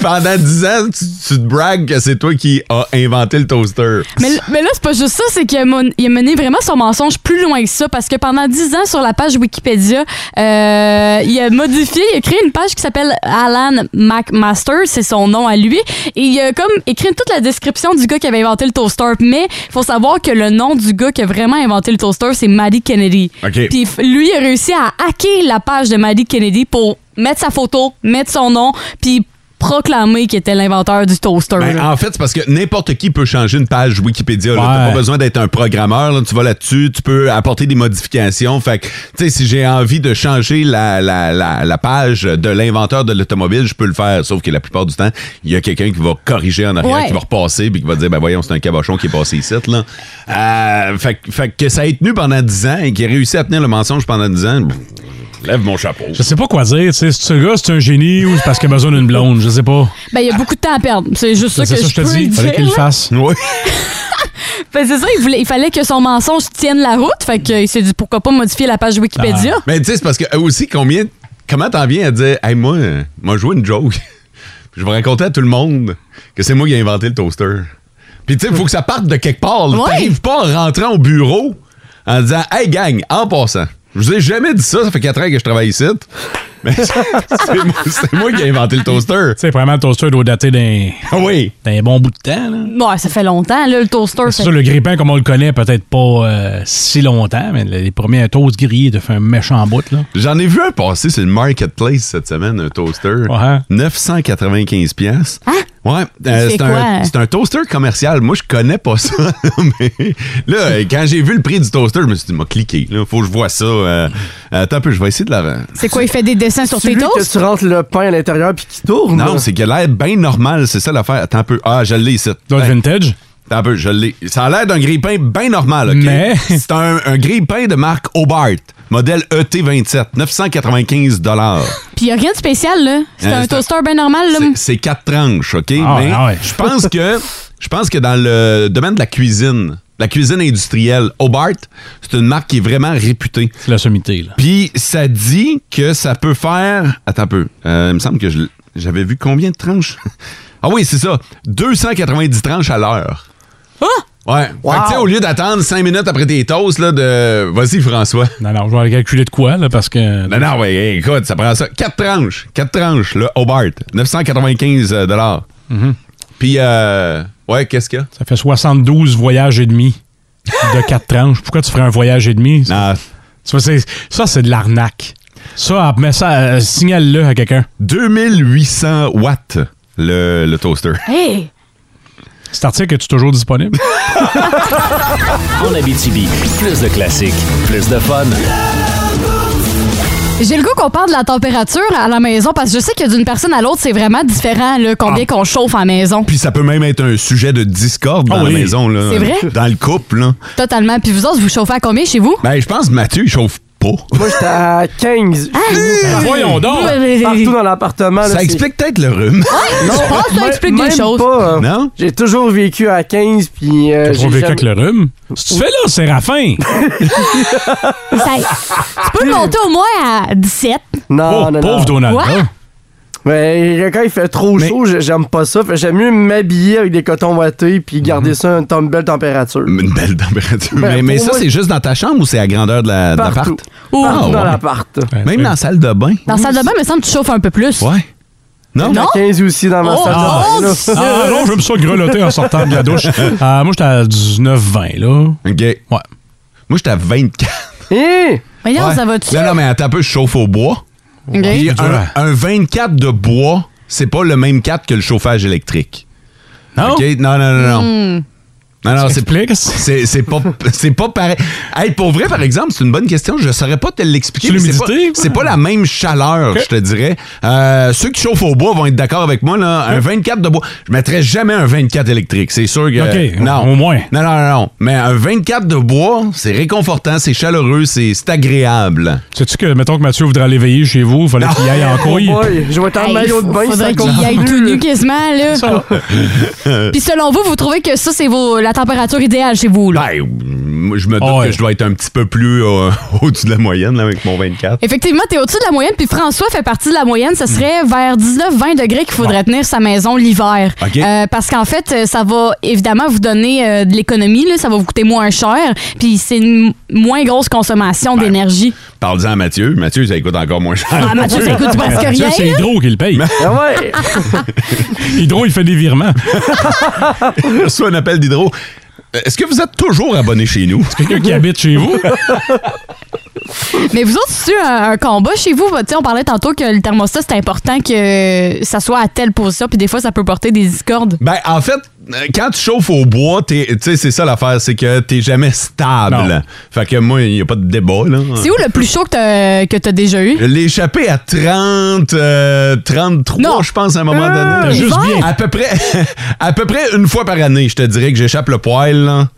pendant 10 ans, tu, tu te bragues que c'est toi qui as inventé le toaster.
Mais, l- mais là, c'est pas juste ça, c'est qu'il a, mon- il a mené vraiment son mensonge plus loin que ça, parce que pendant 10 ans, sur la page Wikipédia, euh, il a modifié, il a créé une page qui s'appelle Alan McMaster, c'est son nom à lui. Et il a comme écrit toute la description du gars qui avait inventé le toaster. Mais il faut savoir que le nom du gars qui a vraiment inventé le toaster, c'est Maddie Kennedy.
OK.
Puis f- lui, il a réussi à hacker la page de Maddie Kennedy pour mettre sa photo, mettre son nom, puis proclamer qu'il était l'inventeur du toaster.
Ben,
là.
en fait, c'est parce que n'importe qui peut changer une page Wikipédia. Tu T'as pas besoin d'être un programmeur. là. Tu vas là-dessus, tu peux apporter des modifications. Fait que, tu sais, si j'ai envie de changer la, la, la, la page de l'inventeur de l'automobile, je peux le faire. Sauf que la plupart du temps, il y a quelqu'un qui va corriger en arrière,
Ouais.
qui va repasser, puis qui va dire, ben voyons, c'est un cabochon qui est passé ici, là. Euh, fait, que- fait que ça ait tenu pendant 10 ans et qui a réussi à tenir le mensonge pendant 10 ans, pff, lève mon chapeau.
Je sais pas quoi dire, tu sais. Ce gars, c'est un génie ou c'est parce qu'il a besoin d'une blonde, je sais pas.
Ben, il y a beaucoup de temps à perdre. C'est juste ça que
Ben, C'est
je,
ça, je te
peux
dis. Fallait
dire,
qu'il le
là.
fasse.
Oui.
Ben, c'est ça, il, voulait- il fallait que son mensonge tienne la route. Fait qu'il s'est dit pourquoi pas modifier la page Wikipédia.
Mais tu sais, c'est parce que euh, aussi, combien. Comment t'en viens à dire, hey, moi, euh, moi, je joue une joke. Puis je vais raconter à tout le monde que c'est moi qui ai inventé le toaster. Puis tu sais, il faut que ça parte de quelque part. là.
Ouais.
T'arrives pas en rentrant au bureau en disant, hey, gang, en passant. Je vous ai jamais dit ça, ça fait 4 ans que je travaille ici. Mais c'est moi, c'est moi qui ai inventé le toaster.
Tu sais, premièrement, le toaster doit dater d'un.
oui.
D'un bon bout de temps, là.
Ouais, ça fait longtemps, là, le toaster.
Ah. Ben, C'est
fait-
sûr, le grippin, comme on le connaît, peut-être pas euh, si longtemps, mais les premiers toasts grillés, de fait un méchant bout, là.
J'en ai vu un passer sur le marketplace cette semaine, un toaster. 995 pièces. Ouais, euh,
Hein? C'est
c'est
quoi?
un, c'est un toaster commercial. Moi, je connais pas ça. mais là, euh, quand j'ai vu le prix du toaster, je me suis dit, m'a cliqué. Là, faut que je vois ça. euh, attends un peu, je vais essayer de la.
C'est quoi, il fait des dessins sur tes
Celui que
toasts?
tu rentres le pain à l'intérieur puis qui tourne.
Non, c'est qu'elle a l'air bien normal. C'est ça l'affaire. Attends un peu. Ah, je l'ai ici. D'autres
vintage?
Attends un peu, je l'ai. Ça a l'air d'un grille-pain bien normal, OK?
Mais-
C'est un, un grille-pain de marque Hobart, modèle E ET27, 995
Puis il a rien de spécial, là. C'est
Euh,
un
c'est-
toaster bien normal, là.
C'est- C'est quatre tranches, OK?
Ah,
Mais
ah ouais.
je pense que je pense que dans le domaine de la cuisine, la cuisine industrielle, Hobart, c'est une marque qui est vraiment réputée.
C'est la sommité, là.
Puis ça dit que ça peut faire. Attends un peu. Euh, il me semble que je l- j'avais vu combien de tranches? Ah oui, c'est ça. 290 tranches à l'heure. Ouais. Fait que, tu sais, au lieu d'attendre 5 minutes après tes toasts, là, de. Vas-y, François.
Non, non, je vais aller calculer de quoi, là, parce que.
Non, non, ouais, hey, écoute, ça prend ça. Quatre tranches. Quatre tranches, le Hobart. 995 euh, dollars.
Mhm.
Puis, euh, ouais, qu'est-ce qu'il y a?
Ça fait 72 voyages et demi de quatre tranches. Pourquoi tu ferais un voyage et demi?
Ça,
tu vois, c'est- ça, c'est de l'arnaque. Ça, mais ça, euh, signale-le à quelqu'un.
2800 watts, le, le toaster.
Hey!
Cet article est toujours disponible?
En Abitibi, plus de classiques, plus de fun.
J'ai le goût qu'on parle de la température à la maison parce que je sais que d'une personne à l'autre, c'est vraiment différent, là, combien
Ah.
qu'on chauffe à la maison.
Puis ça peut même être un sujet de discorde dans
Ah oui.
la maison. là.
C'est vrai?
Dans le couple. Là.
Totalement. Puis vous autres, vous chauffez à combien chez vous?
Ben, je pense que Mathieu, il chauffe pas.
Moi, j'étais à 15.
Ah,
Ah,
voyons donc!
Partout dans l'appartement. là,
Ça
c'est-
explique peut-être le rhume.
Ah,
Non, même- même pas. hein.
Non?
J'ai toujours vécu à 15, puis... euh,
T'as
j'ai
trop vécu
jamais-
avec le rhume? Si tu fais là, Séraphin!
Tu peux le monter au moins à 17.
Non, non, non.
Oh, pauvre Donald
Quoi?
hein?
Oh, Trump.
Mais quand il fait trop chaud, j'ai- j'aime pas ça. Fait que J'aime mieux m'habiller avec des cotons wattés puis garder ça à une tom- belle température.
Une belle température.
Ben,
mais mais
pour
ça,
moi,
c'est juste dans ta chambre ou c'est à grandeur de la- de l'appart? Ah,
Partout. Partout dans l'appart.
Même dans la salle de bain.
Dans la salle de bain, il me semble que tu chauffes un peu plus.
Ouais. Non?
J'étais à 15 aussi dans ma
Oh,
salle
oh,
de bain. là.
Dieu!
Ah non, je me suis grelotté en sortant de la douche. Euh, moi, j'étais à 19-20, là.
OK. Oh. Ouais. Moi, j'étais à 24.
Hé!
Voyons,
Ouais.
ça va-tu?
Non, non, mais attends un peu, je chauffe au bois.
Ok.
Puis
C'est dur,
un,
hein?
un 24 de bois, c'est pas le même 4 que le chauffage électrique.
Non?
Non, non, non, non.
Hmm.
Non, non, c'est c'est- c'est pas c'est pas pareil. Hey, pour vrai par exemple, c'est une bonne question, je saurais pas te l'expliquer.
C'est
mais C'est pas,
l'humidité?
c'est pas la même chaleur,
Ok.
je te dirais. Euh, ceux qui chauffent au bois vont être d'accord avec moi là, un 24 de bois, je mettrais jamais un 24 électrique, c'est sûr que
Ok,
non.
au moins.
Non, non, non, non, mais un 24 de bois, c'est réconfortant, c'est chaleureux, c'est c'est agréable.
Sais-tu que, mettons que Mathieu voudrait aller veiller chez vous, il fallait qu'il aille en couille?
Oh boy, je vais être en
Hey,
maillot de bain,
faudrait
ça
qu'il y aille
continue.
tout nu quasiment, là. Puis selon vous, vous trouvez que ça, c'est vos, la température idéale chez vous. Là.
Ben, je me
Ah
doute que je dois être un petit peu plus euh, au-dessus de la moyenne là, avec mon 24.
Effectivement, t'es au-dessus de la moyenne, puis François fait partie de la moyenne.
Hmm.
Ce serait vers 19-20 degrés qu'il faudrait tenir sa maison l'hiver.
OK.
Euh, parce qu'en fait, euh, ça va évidemment vous donner euh, de l'économie, là, ça va vous coûter moins cher, puis c'est une moins grosse
Ben
consommation d'énergie.
Parle-en à Mathieu. Mathieu, ça coûte encore moins cher. Ben
Ah, Mathieu, ça coûte presque
Mathieu,
rien,
C'est
là.
Hydro qui le paye. Hydro, il fait des virements.
Soit un appel d'Hydro. Euh, Est-ce que vous êtes toujours abonné chez nous? C'est
quelqu'un qui habite chez vous?
Mais vous autres, c'est un, un combat chez vous. Bah, Tu sais, on parlait tantôt que le thermostat, c'est important que ça soit à telle position, puis des fois, ça peut porter des discordes.
Ben, en fait, euh, quand tu chauffes au bois, t'es- tu sais, c'est ça l'affaire, c'est que t'es jamais stable. Fait que moi, il n'y a pas de débat, là.
C'est où le plus chaud que t'as que t'as déjà eu?
L'échappé à 30, euh, 33, je pense, à un moment donné.
T'as juste bien.
À peu, près, à peu près une fois par année, je te dirais que j'échappe le poil, là.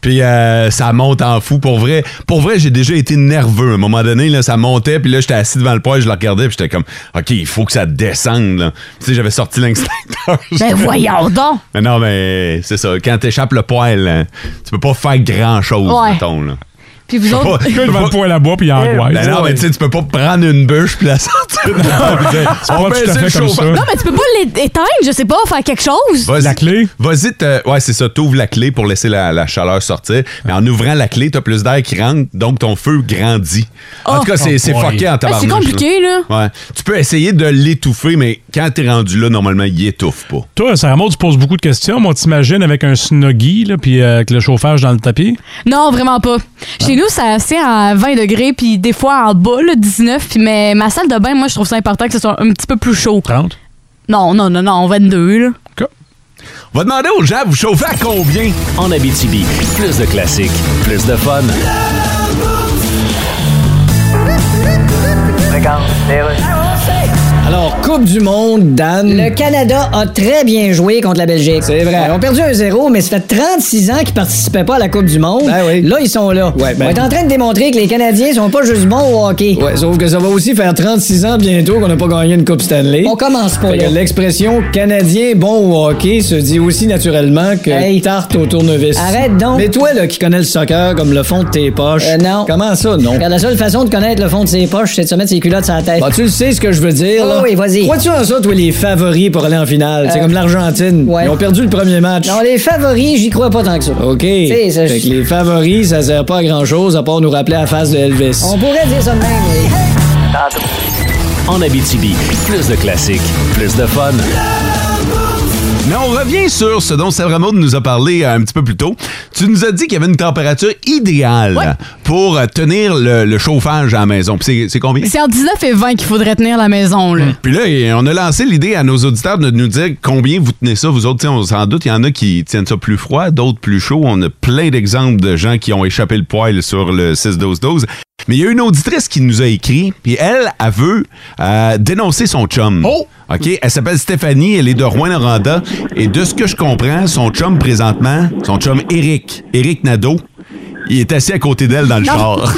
Puis euh, ça monte en fou. Pour vrai, pour vrai j'ai déjà été nerveux. À un moment donné, là, ça montait. Puis là, j'étais assis devant le poil, je le regardais. Puis j'étais comme, OK, il faut que ça descende. là. Tu sais, j'avais sorti l'extincteur.
Ben voyons donc!
Mais non, mais c'est ça. Quand t'échappes le poil, hein, tu peux pas faire grand-chose,
Ouais.
mettons. Là.
Puis vous autres.
Tu peux
Quelqu'un devant le poêle à bois,
Ah,
puis il angoisse.
Ben non, mais tu sais, tu peux pas prendre une bûche puis la sortir.
pas tout à fait comme ça.
Non, mais tu peux pas l'éteindre, je sais pas, faire quelque chose.
la clé? Vas-y, te- ouais, c'est ça. T'ouvres la clé pour laisser la, la chaleur sortir. Mais en ouvrant la clé, t'as plus d'air qui rentre, donc ton feu grandit. En
Oh.
tout cas, c'est, c'est
Oh boy.
fucké en
Ah, c'est
tabarnouche.
compliqué,
Ouais. Tu peux essayer de l'étouffer, mais quand t'es rendu là, normalement, il étouffe pas.
Toi, Sarah Maud, tu poses beaucoup de questions. Moi, t'imagines avec un snuggie, là, puis euh, avec le chauffage dans le tapis.
Non, vraiment pas. Chez nous, ça c'est à 20 degrés, puis des fois en bas, là, 19. Puis mais ma salle de bain, moi, je trouve ça important que ce soit un petit peu plus chaud.
30?
Non, non, non, non, 22, là.
On va demander aux gens, vous chauffez à combien?
En Abitibi, plus de classiques, plus de fun.
Alors, Coupe du Monde, Dan. Le Canada a très bien joué contre la Belgique. C'est vrai. Ils ont perdu un 0 mais ça fait 36 ans qu'ils participaient pas à la Coupe du Monde. Là, ils sont là.
ben-
On est en train de démontrer que les Canadiens sont pas juste bons au hockey.
Ouais, sauf que ça va aussi faire 36 ans bientôt qu'on n'a pas gagné une Coupe Stanley.
On commence pas
Fait que
là.
l'expression Canadien bon au hockey se dit aussi naturellement que tarte au tournevis.
Arrête donc.
Mais toi, là, qui connais le soccer comme le fond de tes poches.
Euh, non.
Comment ça, non?
Car la seule façon de connaître le fond de ses poches, c'est de se mettre ses culottes sur la tête.
Bah, tu le sais ce que je veux dire, là.
Oh oui, vas-y.
Crois-tu en ça, toi, les favoris pour aller en finale? C'est
Euh,
comme l'Argentine.
ouais.
Ils ont perdu le premier match.
Non, les favoris, j'y crois pas tant que ça.
OK.
sais, ça,
Fait que
je-
les favoris, ça sert pas à grand-chose à part nous rappeler la face de Elvis.
On pourrait dire ça de même, mais-
En Abitibi, plus de classiques, plus de fun.
Mais on revient sur ce dont Sarah Maud nous a parlé euh, un petit peu plus tôt. Tu nous as dit qu'il y avait une température idéale pour euh, tenir le, le chauffage à la maison. Puis c'est- c'est combien?
C'est en 19 et 20 qu'il faudrait tenir la maison, là.
Puis là, et on a lancé l'idée à nos auditeurs de nous dire combien vous tenez ça, vous autres. Tiens, on s'en doute, il y en a qui tiennent ça plus froid, d'autres plus chaud. On a plein d'exemples de gens qui ont échappé le poil sur le 6-12-12. Mais il y a une auditrice qui nous a écrit, puis elle, elle veut euh, dénoncer son chum. OK? Elle s'appelle Stéphanie, elle est de Rouen-Noranda. Et de ce que je comprends, son chum présentement, son chum Eric, Eric Nadeau, il est assis à côté d'elle dans le char.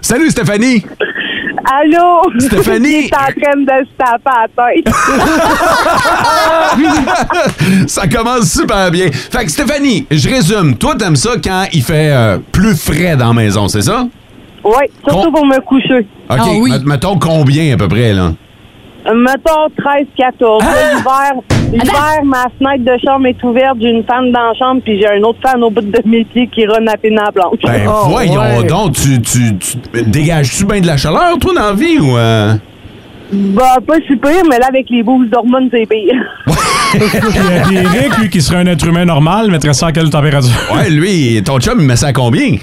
Salut Stéphanie!
Allô?
Stéphanie?
Il est en train de se taper à la tête.
ça commence super bien. Fait que Stéphanie, je résume. Toi, t'aimes ça quand il fait euh, plus frais dans la maison, c'est ça?
oui, surtout pour me coucher.
Ah, OK.
Ah
met- Mettons combien à peu près, là?
Mettons 13, 14.
Ah!
L'hiver, l'hiver, ma fenêtre de chambre est ouverte, j'ai une fan dans la chambre, puis j'ai un autre fan au bout de mes pieds qui run à peine à la planche.
Ben, voyons donc, tu, tu, tu- dégages-tu bien de la chaleur, toi, dans la vie, ou... euh?
Bah, pas super, mais là, avec les bouses d'hormones, c'est pire.
Puis, euh, puis Eric, lui, qui serait un être humain normal, mettrait ça à quelle température?
Ouais, lui, ton chum, il met ça à combien?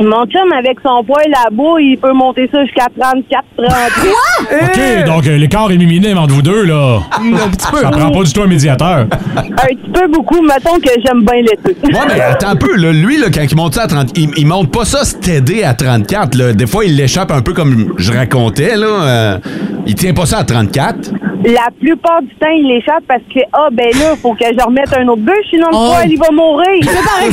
Mon chum, avec son poil là-bas, il peut monter ça jusqu'à 34, 38.
OK, donc euh, l'écart est minime entre vous deux, là.
Un petit peu.
Ça prend pas du tout un médiateur.
Un petit peu beaucoup, mettons que j'aime bien l'été.
Ouais, mais attends un peu, là, lui, là, quand il monte ça à 30... Il, il monte pas ça stédé à 34, là. Des fois, il l'échappe un peu comme je racontais, là. euh, il tient pas ça à 34.
La plupart du temps, il l'échappe parce que, ah, ben là, faut que je remette un autre bûche, sinon le
Oh.
poil, il va mourir.
Ah,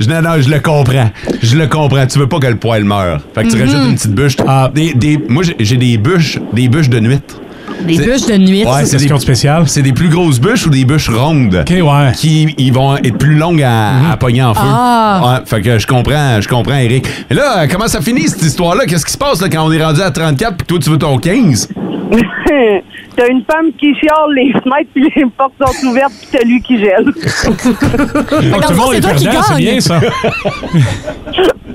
je, non, non, je le comprends. Je le comprends. Tu veux pas que le poil meure. Fait que tu
Mm-hmm.
Ah,
Mhm.
rajoutes une petite bûche. Des, des- moi, j'ai- j'ai des bûches, des bûches de nuit.
Des bûches de nuit.
Ouais, c'est des
spéciales.
C'est des plus grosses bûches ou des bûches rondes. Qui ils vont être plus longues à, à pogner en feu.
Mm-hmm. Ah.
Ouais, fait que je comprends, je comprends, Eric. Mais là, comment ça finit cette histoire-là? Qu'est-ce qui se passe là, quand on est rendu à 34 puis toi tu veux ton 15?
T'as une femme qui chiale, les fenêtres puis les portes sont ouvertes, puis t'as lui qui gèle.
Ah, tout le monde est perdant, c'est bien ça.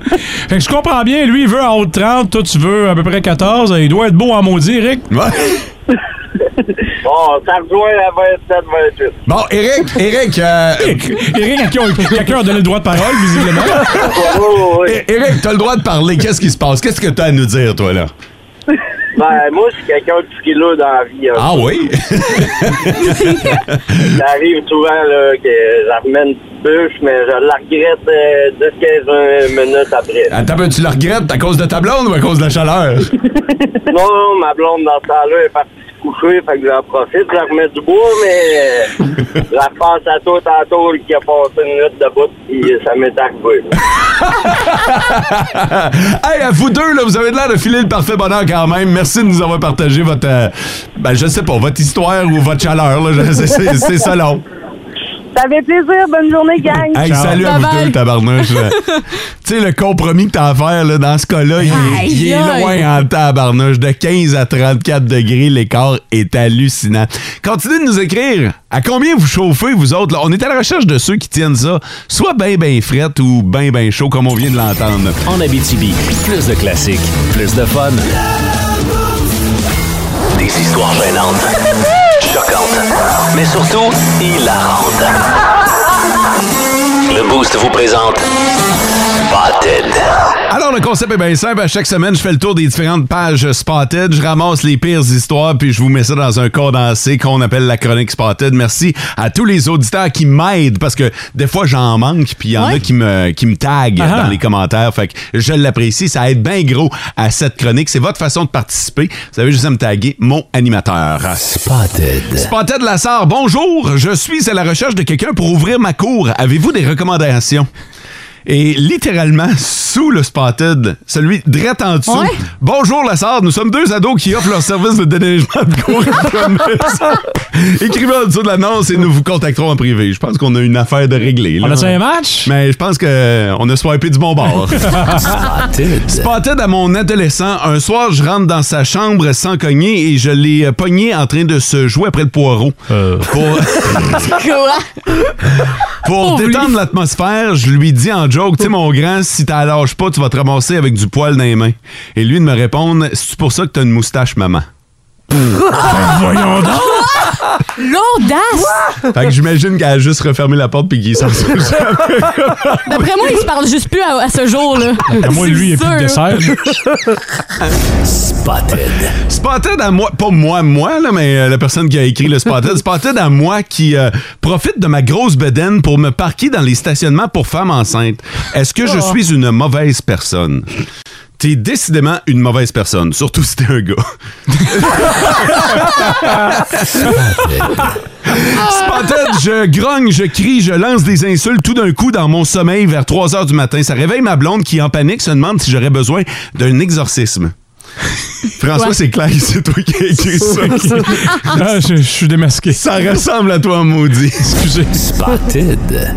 fait que je comprends bien, lui, il veut en haut de 30, toi, tu veux à peu près 14. Il doit être beau en maudit, Eric.
Bon, ça rejoint la 27, 28.
Bon, Eric, Eric. euh,
Eric, à qui on- quelqu'un a donné le droit de parole, visiblement.
Eh, Eric, t'as le droit de parler. Qu'est-ce qui se passe? Qu'est-ce que t'as à nous dire, toi, là?
Ben, moi, je suis quelqu'un de skilleux dans la vie. hein.
Ah oui?
ça arrive souvent là, que je remets une petite bûche, mais je la regrette euh, 10-15 minutes après.
Attends, un peu, tu le regrettes à cause de ta blonde ou à cause de la chaleur?
non, ma blonde, dans ce temps-là, est partie se coucher, fait que j'en profite, je la remets du bois, mais euh, je la passe à tout à tour qui a passé une minute de bout, puis ça m'est arrivé. là.
hey, à vous deux, là, vous avez de l'air de filer le parfait bonheur quand même. Merci de nous avoir partagé votre. euh, ben, je sais pas, votre histoire ou votre chaleur, là. Je- c'est- C'est c'est ça, long.
Ça fait plaisir. Bonne journée, gang.
Hey, salut à vous deux, tabarnouche. tu sais, le compromis que t'as à faire, là, dans ce cas-là, il, est-
Aïe,
il est
aïe.
loin hein. en tabarnouche. De 15 à 34 degrés, l'écart est hallucinant. Continuez de nous écrire. À combien vous chauffez, vous autres? là? On est à la recherche de ceux qui tiennent ça, soit bien, bien frette ou bien, bien chaud, comme on vient de l'entendre.
En Abitibi, plus de classiques, plus de fun. Des histoires gênantes, choquantes, mais surtout hilarantes. Le Boost vous présente Spotted.
Alors, le concept est bien simple. À chaque semaine, je fais le tour des différentes pages Spotted. Je ramasse les pires histoires, puis je vous mets ça dans un condensé qu'on appelle la chronique Spotted. Merci à tous les auditeurs qui m'aident, parce que des fois, j'en manque, puis il y en a qui me, qui me taguent
Ah ah.
dans les commentaires. Fait que je l'apprécie. Ça aide bien gros à cette chronique. C'est votre façon de participer. Vous avez juste à me taguer mon animateur.
Spotted.
Spotted Lassard, bonjour. Je suis à la recherche de quelqu'un pour ouvrir ma cour. Avez-vous des recommandations? Et littéralement, sous le spotted, celui drette en dessous.
Ouais.
Bonjour Lassard, nous sommes deux ados qui offrent leur service de déneigement de cour. Écrivez en dessous de l'annonce et nous vous contacterons en privé. Je pense qu'on a une affaire de régler. là.
On a-tu un match?
Mais je pense qu'on a swipé du bon bord.
Spotted.
Spotted à mon adolescent. Un soir, je rentre dans sa chambre sans cogner et je l'ai euh, pogné en train de se jouer après le poireau.
Euh.
Pour...
Quoi?
Pour détendre l'atmosphère, je lui dis en joke, tu sais, mon grand, si t'en lâches pas, tu vas te ramasser avec du poil dans les mains. Et lui de me répondre, c'est pour ça que t'as une moustache, maman.
Ben,
voyons donc!
L'audace!
Fait que j'imagine qu'elle a juste refermé la porte puis qu'il s'en sort.
D'après moi, il se parle juste plus à, à ce jour-là. C'est sûr.
Spotted.
Spotted à moi, pas moi, moi, là, mais euh, la personne qui a écrit le Spotted. Spotted à moi qui euh, profite de ma grosse bedaine pour me parquer dans les stationnements pour femmes enceintes. Est-ce que je
Oh.
suis une mauvaise personne? T'es décidément une mauvaise personne, surtout si t'es un gars. Spotted, je grogne, je crie, je lance des insultes tout d'un coup dans mon sommeil vers 3 heures du matin. Ça réveille ma blonde qui, en panique, se demande si j'aurais besoin d'un exorcisme. François,
Ouais.
c'est clair, c'est toi qui as écrit ça.
Ah, je, je suis démasqué.
Ça ressemble à toi, maudit. Excusez.
Spotted.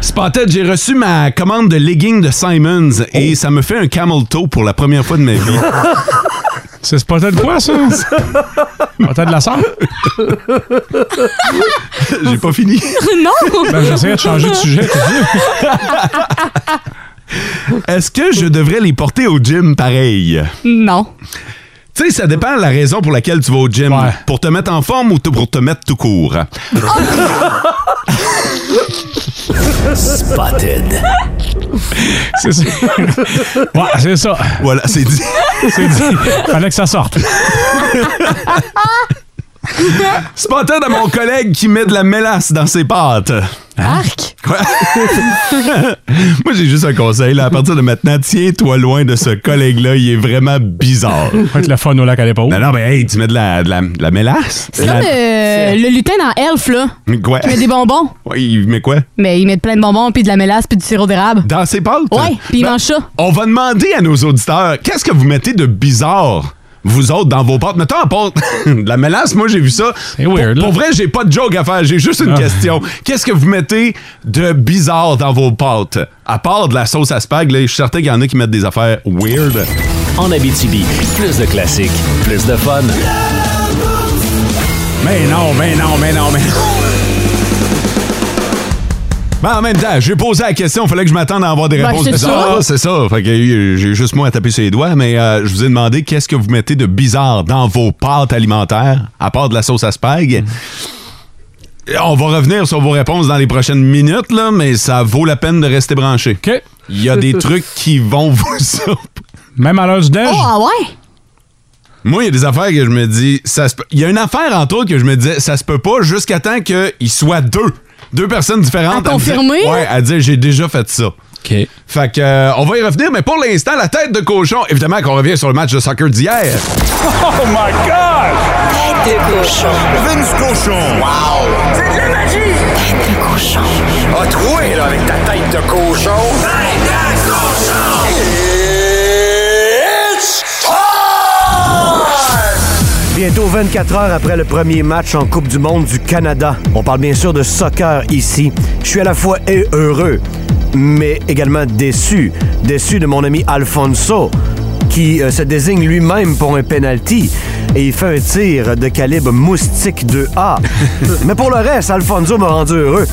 Spotted, j'ai reçu ma commande de leggings de Simons
Oh.
et ça me fait un camel toe pour la première fois de ma vie.
C'est Spotted quoi, ça? Spotted de la sœur?
J'ai pas fini.
non!
Ben, j'essayais de changer de sujet.
Est-ce que je devrais les porter au gym pareil?
Non.
Tu sais, ça dépend de la raison pour laquelle tu vas au gym. Pour te mettre en forme ou t- pour te mettre tout court.
Spotted.
C'est ça. Ouais, c'est ça.
Voilà, c'est dit.
C'est dit. Fallait que ça sorte.
Spotted à mon collègue qui met de la mélasse dans ses pâtes.
Arc!
Quoi? Moi, j'ai juste un conseil. Là. À partir de maintenant, tiens-toi loin de ce collègue-là. Il est vraiment bizarre.
Faut être le fun au lac à l'épaule.
Non, non, mais hey, tu mets de la, de la, de la mélasse?
C'est comme euh, le, le lutin dans Elf, là.
Quoi?
Il met des bonbons.
Oui, mais quoi?
Mais ils mettent plein de bonbons, puis de la mélasse, puis du sirop d'érable.
Dans ses pâtes?
Ouais, puis ils
Ben,
mangent ça.
On va demander à nos auditeurs, qu'est-ce que vous mettez de bizarre vous autres, dans vos portes. Mettons en porte de la mélasse, moi, j'ai vu ça. Pour-
weird, là.
pour, vrai, j'ai pas de joke à faire. J'ai juste une
Ah.
question. Qu'est-ce que vous mettez de bizarre dans vos pâtes? À part de la sauce à spag, là, je suis certain qu'il y en a qui mettent des affaires weird.
En Abitibi, plus de classiques, plus de fun.
Mais non, mais Oh, non, mais non, mais Ben, en même temps, j'ai posé la question, fallait que je m'attende à avoir des
Ben,
réponses
c'est
bizarres.
ça.
C'est ça. Fait que euh, j'ai juste moi à taper sur les doigts, mais euh, je vous ai demandé qu'est-ce que vous mettez de bizarre dans vos pâtes alimentaires, à part de la sauce à
Mm.
spag. Et On va revenir sur vos réponses dans les prochaines minutes, là, mais ça vaut la peine de rester branché. Il y a des trucs qui vont vous surprendre.
Même à l'heure du déj.
Oh, ah ouais?
Moi, il y a des affaires que je me dis. ça se peut- Il y a une affaire, entre autres, que je me disais, ça se peut pas jusqu'à temps qu'il soit deux. Deux personnes différentes.
À
me dire-
confirmer?
ouais, à dire, j'ai déjà fait ça.
OK.
Fait que, euh, on va y revenir, mais pour l'instant, la tête de cochon. Évidemment qu'on revient sur le match de soccer d'hier.
Oh my God! Tête de cochon. Vince cochon. Wow! C'est de la magie! Tête de cochon. A troué, là, avec ta tête de cochon. Tête de cochon! It's
Bientôt 24 heures après le premier match en Coupe du Monde du Canada. On parle bien sûr de soccer ici. Je suis à la fois he- heureux, mais également déçu. Déçu de mon ami Alfonso, qui euh, se désigne lui-même pour un penalty. Et il fait un tir de calibre moustique 2A. mais pour le reste, Alfonso m'a rendu heureux.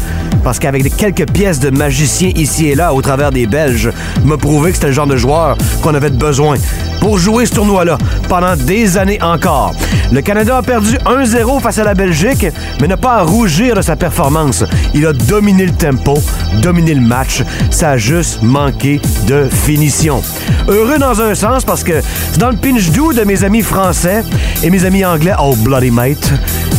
Parce qu'avec des- quelques pièces de magicien ici et là au travers des Belges, m'a prouvé que c'était le genre de joueur qu'on avait besoin pour jouer ce tournoi-là pendant des années encore. Le Canada a perdu 1-0 face à la Belgique, mais n'a pas à rougir de sa performance. Il a dominé le tempo, dominé le match. Ça a juste manqué de finition. Heureux dans un sens parce que c'est dans le pinch doux de mes amis français et mes amis anglais, oh bloody mate,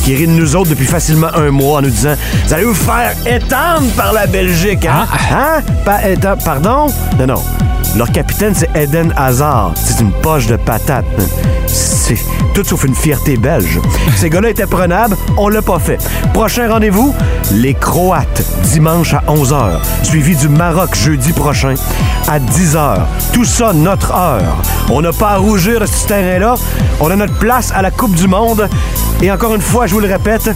qui rient de nous autres depuis facilement un mois en nous disant Vous allez vous faire étendre par la Belgique, hein? Hein? Pas étendre, pardon? Non, non. Leur capitaine, c'est Eden Hazard. C'est une poche de patate. C'est tout sauf une fierté belge. Ces gars-là étaient prenables, on l'a pas fait. Prochain rendez-vous, les Croates, dimanche à 11h, suivi du Maroc jeudi prochain à 10h. Tout ça, notre heure. On n'a pas à rougir de ce terrain-là. On a notre place à la Coupe du Monde. Et encore une fois, je vous le répète,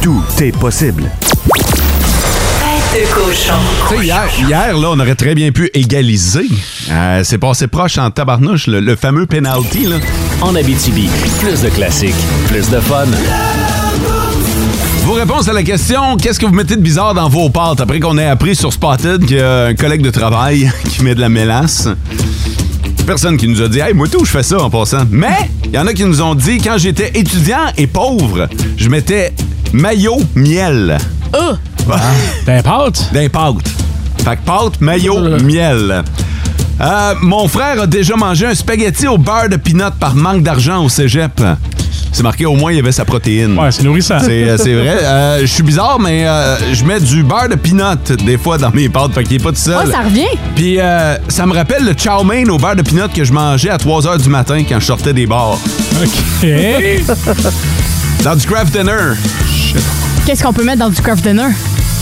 tout est possible.
Tête de cochon.
Tu sais, hier, hier, là, on aurait très bien pu égaliser. Euh, C'est passé proche en tabarnouche, le, le fameux penalty. Là.
En Abitibi, plus de classiques, plus de fun.
Vos réponses à la question qu'est-ce que vous mettez de bizarre dans vos pâtes après qu'on ait appris sur Spotted qu'il y a un collègue de travail qui met de la mélasse Personne qui nous a dit Hey, moi tout, je fais ça en passant. Mais il y en a qui nous ont dit quand j'étais étudiant et pauvre, je mettais maillot miel.
Euh!
D'un pâte D'un pâte. Fait que pâte, maillot, miel. Euh, mon frère a déjà mangé un spaghetti au beurre de pinot par manque d'argent au cégep. C'est marqué au moins il y avait sa protéine.
Ouais, c'est nourrissant.
C'est euh, c'est vrai. Euh, je suis bizarre, mais euh, je mets du beurre de peanut des fois dans mes pâtes, fait qu'il est pas tout seul.
Ouais, Oh, ça revient.
Puis euh, ça me rappelle le chow mein au beurre de peanut que je mangeais à 3 h du matin quand je sortais des bars.
OK.
Dans du craft dinner.
Qu'est-ce qu'on peut mettre dans du craft dinner?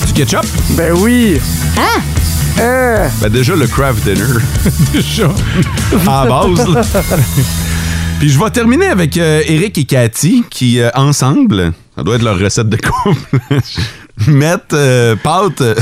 Du ketchup?
Ben oui. Euh.
Hein?
Ben déjà le craft dinner. déjà. À la base. là. Puis je vais terminer avec euh, Eric et Cathy qui, euh, ensemble, ça doit être leur recette de couple, mettent euh, pâte. euh,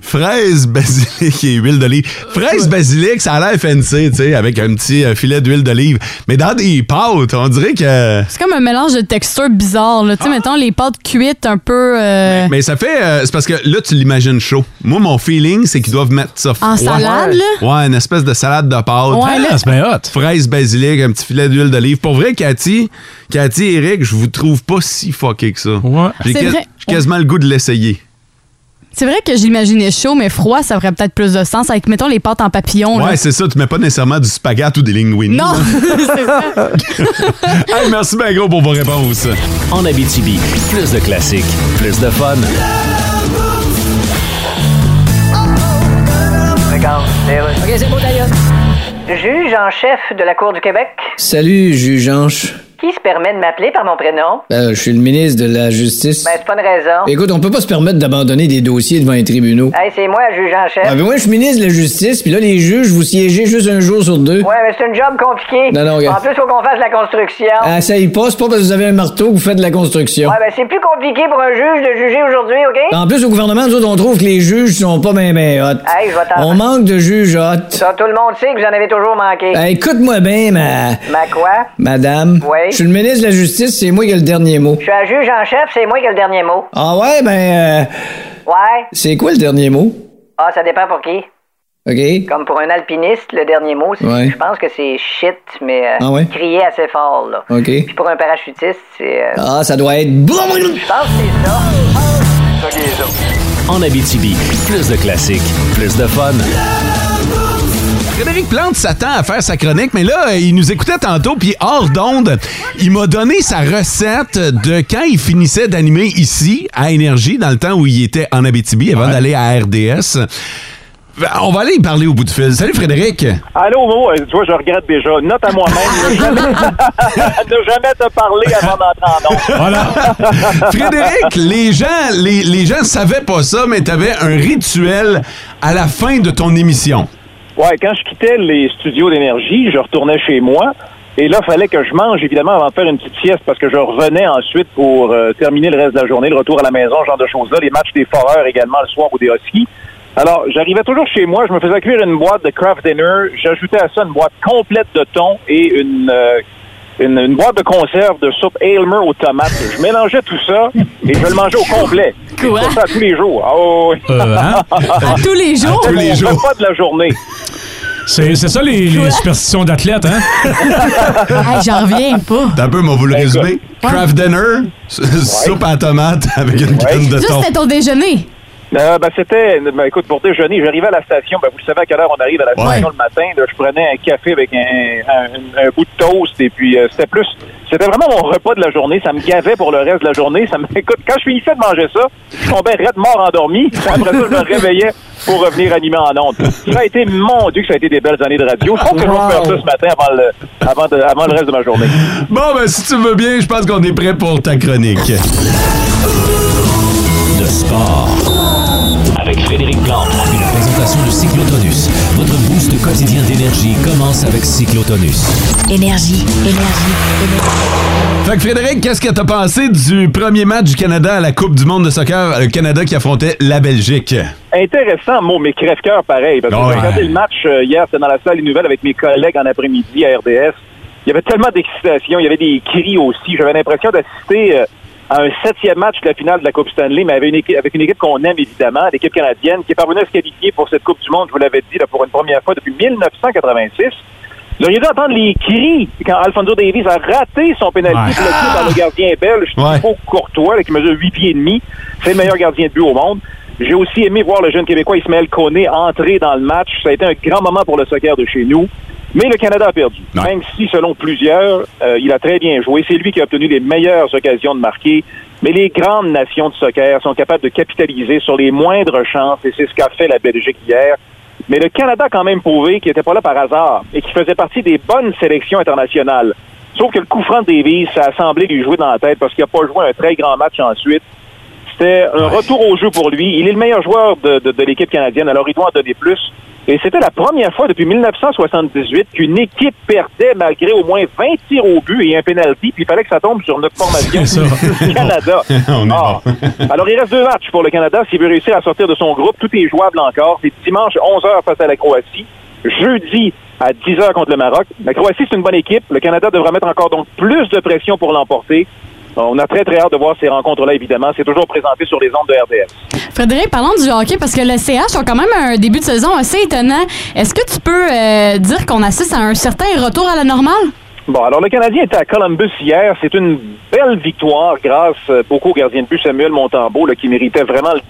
Fraise, basilic et huile d'olive. Fraise, basilic, ça a l'air fancy, tu sais, avec un petit euh, filet d'huile d'olive. Mais dans des pâtes, on dirait que.
C'est comme un mélange de textures bizarres. là. Tu
Ah.
sais, mettons les pâtes cuites un peu. euh,
Mais ça fait. euh, c'est parce que là, tu l'imagines chaud. Moi, mon feeling, c'est qu'ils doivent mettre ça froid.
En salade, là?
Ouais, une espèce de salade de pâtes.
Ouais, là- Ah, c'est bien
hot. Fraise, basilic, un petit filet d'huile d'olive. Pour vrai, Cathy, Cathy et Eric, je vous trouve pas si fucké que ça. Ouais. J'ai
C'est
que-
vrai.
j'ai quasiment le goût de l'essayer.
C'est vrai que j'imaginais chaud, mais froid, ça ferait peut-être plus de sens avec, mettons, les pâtes en papillon. là.
Ouais, c'est ça. Tu mets pas nécessairement du spaghetti ou des linguines.
Non, c'est ça.
hey, merci, ben gros, pour vos réponses.
En Abitibi, plus de classiques, plus de fun.
OK, c'est bon, d'ailleurs.
Juge en chef de la Cour du Québec,
Salut, juge Anche.
qui se permet de m'appeler par mon prénom?
Ben, je suis le ministre de la Justice.
Ben, c'est pas une raison.
Écoute, on peut pas se permettre d'abandonner des dossiers devant les tribunaux.
Hey, c'est moi, le juge en chef.
Ah, ben moi, je suis ministre de la Justice, puis là, les juges, vous siégez juste un jour sur deux.
Ouais, Ah, mais c'est une job compliquée.
Non, non, regarde.
En plus, faut qu'on fasse la construction.
Ah, ça y passe pas parce que vous avez un marteau que vous faites de la construction.
Ouais, ben, c'est plus compliqué pour un juge de juger aujourd'hui, OK?
En plus, au gouvernement, nous autres, on trouve que les juges sont pas ben, ben hot.
Hey, je vais t'en-
On manque de juges hot.
Ça, tout le monde sait que vous en avez toujours manqué.
Ben, écoute-moi bien, ma...
Ma quoi?
Madame.
Oui.
Je suis le ministre de la Justice, c'est moi qui ai le dernier mot.
Je suis un juge en chef, c'est moi qui ai le dernier mot.
Ah ouais, ben... euh,
Ouais?
c'est quoi le dernier mot?
Ah, ça dépend pour qui.
OK?
Comme pour un alpiniste, le dernier mot, c'est-
Ouais.
je pense que c'est shit, mais euh,
Ah ouais?
crier assez fort, là.
OK.
Puis pour un parachutiste, c'est... euh,
Ah, ça doit être...
Je pense que c'est ça.
En Abitibi, plus de classiques, plus de fun.
Frédéric Plante s'attend à faire sa chronique, mais là, euh, il nous écoutait tantôt, puis hors d'onde, il m'a donné sa recette de quand il finissait d'animer ici, à Énergie, dans le temps où il était en Abitibi, avant d'aller à RDS. Ben, On va aller y parler au bout du fil. Salut Frédéric!
Allô, Mo, euh, tu vois, je regrette déjà. Note à moi-même, ne jamais, ne jamais te parler avant d'entrer en ondes.
Frédéric, les gens, les, les gens savaient pas ça, mais t'avais un rituel à la fin de ton émission.
Ouais, quand je quittais les studios d'énergie, je retournais chez moi. Et là, fallait que je mange, évidemment, avant de faire une petite sieste, parce que je revenais ensuite pour euh, terminer le reste de la journée, le retour à la maison, ce genre de choses-là, les matchs des foreurs également le soir ou des huskies. Alors, j'arrivais toujours chez moi, je me faisais cuire une boîte de craft dinner, j'ajoutais à ça une boîte complète de thon et une, euh, une, une boîte de conserve de soupe Aylmer aux tomates. Je mélangeais tout ça et je le mangeais au complet. Et je fais ça tous les jours. Ah, oui, oui.
Euh, hein? À tous les jours?
À
Tous les jours.
Pas de la journée.
C'est c'est ça les, les superstitions d'athlètes, hein?
Hey, J'en reviens pas.
T'as un peu, mais vous le
Ben,
résumer.
Ouais.
Craft dinner, s- soupe à la tomate avec une canne de
Ça,
thon.
c'était ton déjeuner.
Euh, ben, c'était, ben, écoute, pour déjeuner, j'arrivais à la station. Ben, vous le savez à quelle heure on arrive à la station le matin. là, je prenais un café avec un, un- un bout de toast et puis euh, c'était plus, c'était vraiment mon repas de la journée. Ça me gavait pour le reste de la journée. Ça me, écoute, quand je finissais de manger ça, je tombais raide mort endormi. Après ça, je me réveillais pour revenir animé en ondes. Ça a été, mon Dieu, que ça a été des belles années de radio. Je pense que je vais faire ça ce matin avant le, avant, de- avant le reste de ma journée.
Bon, ben, si tu veux bien, je pense qu'on est prêt pour ta chronique.
De sport. Avec Frédéric Plante. Une présentation de Cyclotonus. Votre boost quotidien d'énergie commence avec Cyclotonus.
Énergie, énergie, énergie.
Fait que Frédéric, qu'est-ce que t'as pensé du premier match du Canada à la Coupe du monde de soccer, euh, le Canada qui affrontait la Belgique?
Intéressant, mot, mais crève-cœur pareil. Parce que
Ouais.
j'ai regardé le match euh, hier, c'était dans la salle des nouvelles avec mes collègues en après-midi à RDS. Il y avait tellement d'excitation, il y avait des cris aussi. J'avais l'impression d'assister euh, à un septième match de la finale de la Coupe Stanley, mais avec une équipe, avec une équipe qu'on aime évidemment, l'équipe canadienne, qui est parvenue à se qualifier pour cette Coupe du Monde, je vous l'avais dit, là, pour une première fois depuis 1986. Vous auriez dû entendre les cris quand Alfonso Davies a raté son pénalty bloqué par le gardien belge, Thibaut Courtois, là, qui mesure 8 pieds et demi. C'est le meilleur gardien de but au monde. J'ai aussi aimé voir le jeune Québécois Ismaël Koné entrer dans le match. Ça a été un grand moment pour le soccer de chez nous. Mais le Canada a perdu. Même si, selon plusieurs, euh, il a très bien joué. C'est lui qui a obtenu les meilleures occasions de marquer. Mais les grandes nations de soccer sont capables de capitaliser sur les moindres chances et c'est ce qu'a fait la Belgique hier. Mais le Canada a quand même prouvé qu'il n'était pas là par hasard et qu'il faisait partie des bonnes sélections internationales. Sauf que le coup franc de Davies, ça a semblé lui jouer dans la tête parce qu'il n'a pas joué un très grand match ensuite. C'était un retour au jeu pour lui. Il est le meilleur joueur de, de- de l'équipe canadienne, alors il doit en donner plus. Et c'était la première fois depuis 1978 qu'une équipe perdait malgré au moins 20 tirs au but et un penalty, puis il fallait que ça tombe sur notre formation du Canada. Ah. Alors il reste deux matchs pour le Canada s'il veut réussir à sortir de son groupe. Tout est jouable encore. C'est dimanche 11h face à la Croatie, jeudi à 10h contre le Maroc. La Croatie, c'est une bonne équipe. Le Canada devra mettre encore donc plus de pression pour l'emporter. On a très, très hâte de voir ces rencontres-là, évidemment. C'est toujours présenté sur les ondes de RDS.
Frédéric, parlons du hockey parce que le CH a quand même un début de saison assez étonnant. Est-ce que tu peux euh, dire qu'on assiste à un certain retour à la normale?
Bon, alors le Canadien était à Columbus hier. C'est une belle victoire grâce euh, beaucoup au gardien de but Samuel Montembeau, là, qui méritait vraiment, le-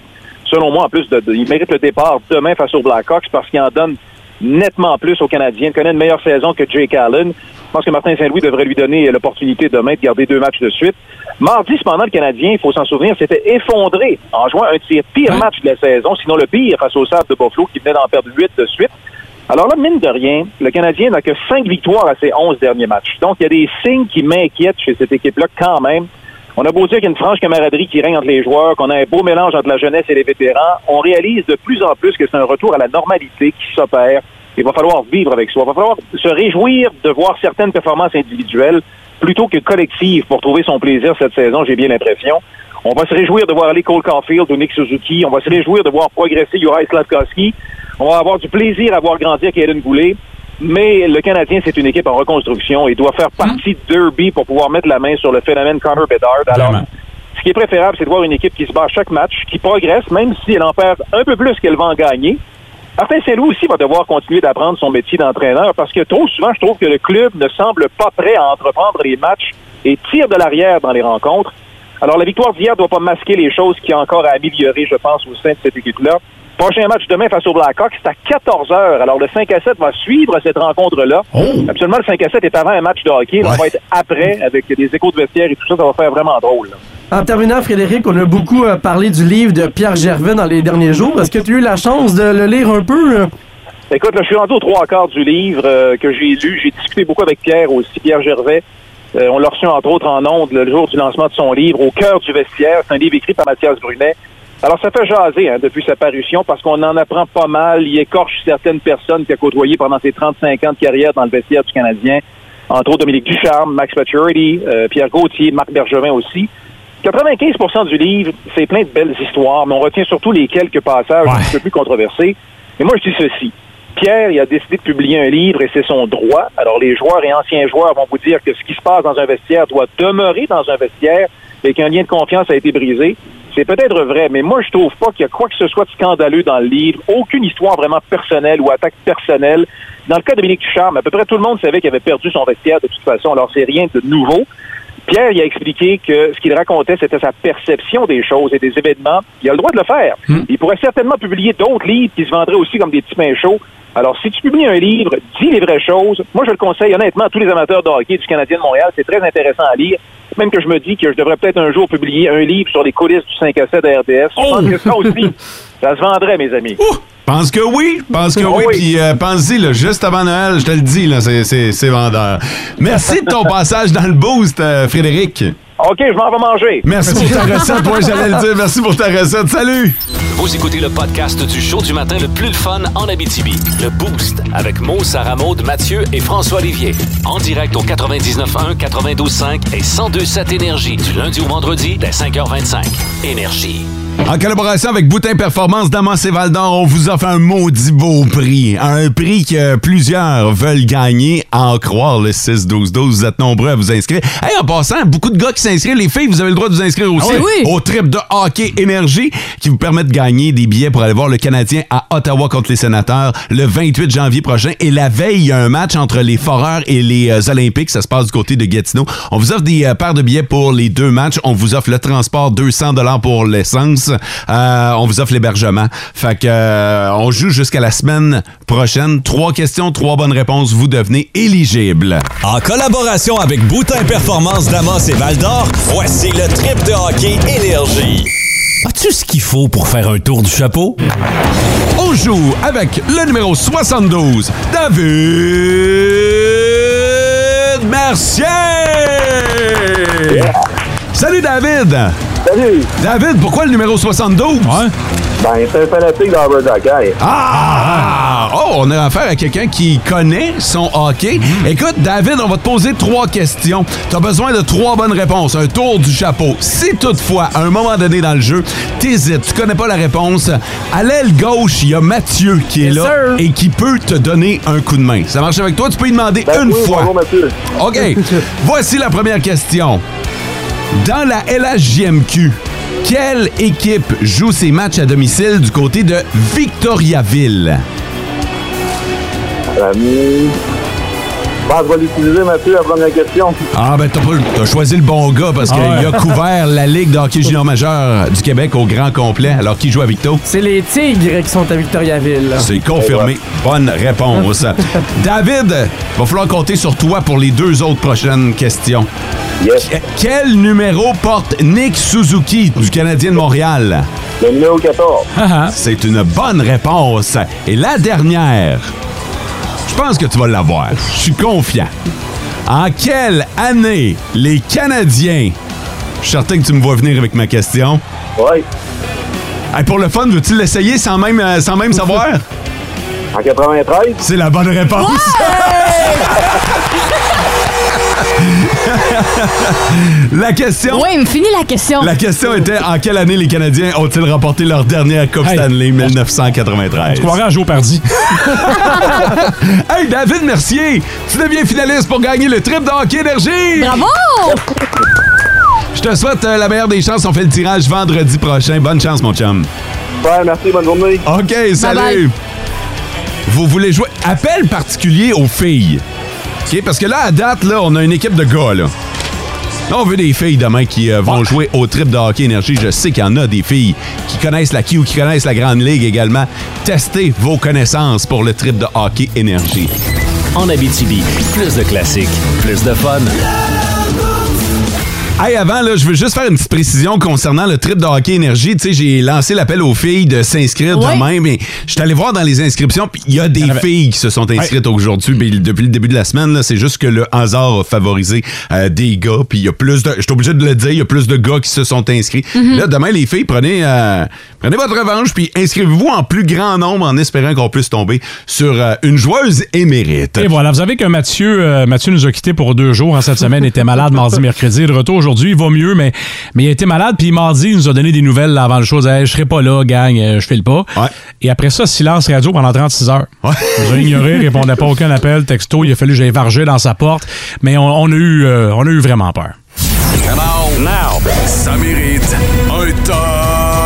selon moi, en plus, de, de- il mérite le départ demain face aux Blackhawks parce qu'il en donne nettement plus aux Canadiens. Il connaît une meilleure saison que Jake Allen. Je pense que Martin Saint-Louis devrait lui donner euh, l'opportunité demain de garder deux matchs de suite. Mardi, cependant, le Canadien, il faut s'en souvenir, s'était effondré en jouant un de ses pires matchs de la saison, sinon le pire face aux Sabres de Buffalo qui venait d'en perdre huit de suite. Alors là, mine de rien, le Canadien n'a que cinq victoires à ses 11 derniers matchs. Donc, il y a des signes qui m'inquiètent chez cette équipe-là quand même. On a beau dire qu'il y a une franche camaraderie qui règne entre les joueurs, qu'on a un beau mélange entre la jeunesse et les vétérans. On réalise de plus en plus que c'est un retour à la normalité qui s'opère. Il va falloir vivre avec soi. Il va falloir se réjouir de voir certaines performances individuelles plutôt que collectives pour trouver son plaisir cette saison, j'ai bien l'impression. On va se réjouir de voir aller Cole Caulfield ou Nick Suzuki. On va se réjouir de voir progresser Uri Slavkovski. On va avoir du plaisir à voir grandir Kaden Goulet. Mais le Canadien, c'est une équipe en reconstruction et doit faire partie de Derby pour pouvoir mettre la main sur le phénomène Connor Bedard. Alors,
Vraiment.
ce qui est préférable, c'est de voir une équipe qui se bat à chaque match, qui progresse, même si elle en perd un peu plus qu'elle va en gagner. Martin Saint-Louis aussi va devoir continuer d'apprendre son métier d'entraîneur parce que trop souvent, je trouve que le club ne semble pas prêt à entreprendre les matchs et tire de l'arrière dans les rencontres. Alors, la victoire d'hier ne doit pas masquer les choses qu'il y a encore à améliorer, je pense, au sein de cette équipe-là. Prochain match demain face aux Blackhawks, c'est à 14 heures. Alors, le 5 à 7 va suivre cette rencontre-là. Absolument, le 5 à 7 est avant un match de hockey. Là, On va être après, avec des échos de vestiaire et tout ça. Ça va faire vraiment drôle. là.
En terminant, Frédéric, on a beaucoup euh, parlé du livre de Pierre Gervais dans les derniers jours. Est-ce que tu as eu la chance de le lire un peu? euh?
Écoute, là, je suis rendu aux trois quarts du livre euh, que j'ai lu. J'ai discuté beaucoup avec Pierre aussi, Pierre Gervais. Euh, on l'a reçu, entre autres, en ondes le jour du lancement de son livre, Au cœur du vestiaire. C'est un livre écrit par Mathias Brunet. Alors, ça fait jaser hein, depuis sa parution parce qu'on en apprend pas mal. Il écorche certaines personnes qu'il a côtoyées pendant ses 35 ans de carrière dans le vestiaire du Canadien. Entre autres, Dominique Ducharme, Max Pacioretty, euh, Pierre Gauthier, Marc Bergevin aussi. 95 du livre, c'est plein de belles histoires, mais on retient surtout les quelques passages un petit peu plus controversés. Et moi, je dis ceci. Pierre, il a décidé de publier un livre et c'est son droit. Alors, les joueurs et anciens joueurs vont vous dire que ce qui se passe dans un vestiaire doit demeurer dans un vestiaire et qu'un lien de confiance a été brisé. C'est peut-être vrai, mais moi, je trouve pas qu'il y a quoi que ce soit de scandaleux dans le livre. Aucune histoire vraiment personnelle ou attaque personnelle. Dans le cas de Dominique Ducharme, à peu près tout le monde savait qu'il avait perdu son vestiaire de toute façon, alors c'est rien de nouveau. Pierre, il a expliqué que ce qu'il racontait, c'était sa perception des choses et des événements. Il a le droit de le faire. Il pourrait certainement publier d'autres livres qui se vendraient aussi comme des petits pains chauds. Alors, si tu publies un livre, dis les vraies choses. Moi, je le conseille honnêtement à tous les amateurs de hockey du Canadien de Montréal. C'est très intéressant à lire. Même que je me dis que je devrais peut-être un jour publier un livre sur les coulisses du 5 à 7 à RDS. Je pense que ça aussi, ça se vendrait, mes amis.
Pense que oui, pense que oui,
Oui.
puis euh, pense-y, là, juste avant Noël, je te le dis, là, c'est- c'est c'est vendeur. Merci de ton passage dans le boost, euh, Frédéric.
OK, je m'en vais manger.
Merci pour ta recette, moi j'allais le dire, merci pour ta recette, salut!
Vous écoutez le podcast du show du matin le plus le fun en Abitibi, le Boost, avec Mo, Sarah Maud, Mathieu et François Olivier. En direct au 99.1, 92.5 et 102.7 Énergie du lundi au vendredi dès 5h25. Énergie.
En collaboration avec Boutin Performance d'Amos et Val d'Or, on vous offre un maudit beau prix. Un prix que plusieurs veulent gagner, à en croire le 6-12-12. Vous êtes nombreux à vous inscrire. Hey, en passant, beaucoup de gars qui s'inscrivent. Les filles, vous avez le droit de vous inscrire aussi
Ah oui?
au trip de hockey énergie qui vous permet de gagner des billets pour aller voir le Canadien à Ottawa contre les sénateurs le 28 janvier prochain. Et la veille, il y a un match entre les Foreurs et les euh, Olympiques. Ça se passe du côté de Gatineau. On vous offre des euh, paires de billets pour les deux matchs. On vous offre le transport, 200 pour l'essence. Euh, on vous offre l'hébergement. Fait que euh, on joue jusqu'à la semaine prochaine. Trois questions, trois bonnes réponses. Vous devenez éligible.
En collaboration avec Boutin Performance Damas et Val d'Or, voici le trip de hockey Énergie.
As-tu ce qu'il faut pour faire un tour du chapeau?
On joue avec le numéro 72, David Mercier! Salut David! Salut! David, pourquoi le numéro 72?
Ben, c'est un fanatique d'Arbor Jacky.
Ah! Oh, on a affaire à quelqu'un qui connaît son hockey. Écoute, David, on va te poser trois questions. Tu as besoin de trois bonnes réponses, un tour du chapeau. Si toutefois, à un moment donné dans le jeu, t'hésites, tu connais pas la réponse, à l'aile gauche, il y a Mathieu qui est là et qui peut te donner un coup de main. Ça marche avec toi? Tu peux lui demander une fois. OK. Voici la première question. Dans la LHJMQ, quelle équipe joue ses matchs à domicile du côté de Victoriaville?
Ami. Ben, je vais l'utiliser, Mathieu, la première question.
Ah, ben, t'as pas- t'as choisi le bon gars parce qu'il
Ah ouais.
a couvert la Ligue de hockey junior majeur du Québec au grand complet. Alors, qui joue à Victo?
C'est les Tigres qui sont à Victoriaville.
C'est confirmé. Bonne réponse. David, va falloir compter sur toi pour les deux autres prochaines questions. Que- Quel numéro porte Nick Suzuki du Canadien de Montréal?
Le numéro 14.
C'est une bonne réponse. Et la dernière. Je pense que tu vas l'avoir. Je suis confiant. En quelle année les Canadiens... Je suis certain que tu me vois venir avec ma question.
Oui.
Hey, pour le fun, veux-tu l'essayer sans même, euh, sans même savoir?
En 93?
C'est la bonne réponse. la question...
Oui, mais finis la question.
La question était en quelle année les Canadiens ont-ils remporté leur dernière Coupe
Hey.
Stanley 1993?
Je croirais à Joe Pardy.
hey, David Mercier, tu deviens finaliste pour gagner le trip de hockey énergie!
Bravo!
Je te souhaite euh, la meilleure des chances. On fait le tirage vendredi prochain. Bonne chance, mon chum.
Ouais, merci, bonne journée.
OK, salut.
bye.
Vous voulez jouer? Appel particulier aux filles. OK, parce que là, à date, là, on a une équipe de gars, là. Là, on veut des filles demain qui euh, vont jouer au trip de hockey énergie. Je sais qu'il y en a des filles qui connaissent la Q, qui connaissent la Grande Ligue également. Testez vos connaissances pour le trip de hockey énergie.
En Abitibi, plus de classiques, plus de fun.
Hey, avant, là, je veux juste faire une petite précision concernant le trip de hockey énergie. Tu sais, j'ai lancé l'appel aux filles de s'inscrire
Ouais.
demain, mais je suis allé voir dans les inscriptions, puis il y a des filles qui se sont inscrites aujourd'hui, puis depuis le début de la semaine. là, C'est juste que le hasard a favorisé euh, des gars, puis il y a plus de. Je suis obligé de le dire, il y a plus de gars qui se sont inscrits.
Mhm.
Là, demain, les filles, prenez, euh, prenez votre revanche, puis inscrivez-vous en plus grand nombre en espérant qu'on puisse tomber sur euh, une joueuse émérite.
Et voilà, vous savez que Mathieu, euh, Mathieu nous a quittés pour deux jours en cette semaine. Il était malade mardi, mercredi. Le retour aujourd'hui, il va mieux, mais, mais il était malade. Puis mardi, il nous a donné des nouvelles là, avant le show. Il disait, Hey, je serai pas là, gang, euh, je file pas. Et après ça, silence radio pendant 36 heures. Il nous a ignoré, il répondait pas à aucun appel, texto. Il a fallu que j'aille varger dans sa porte. Mais on, on a, eu, euh, on a eu vraiment peur.
Now, ça mérite un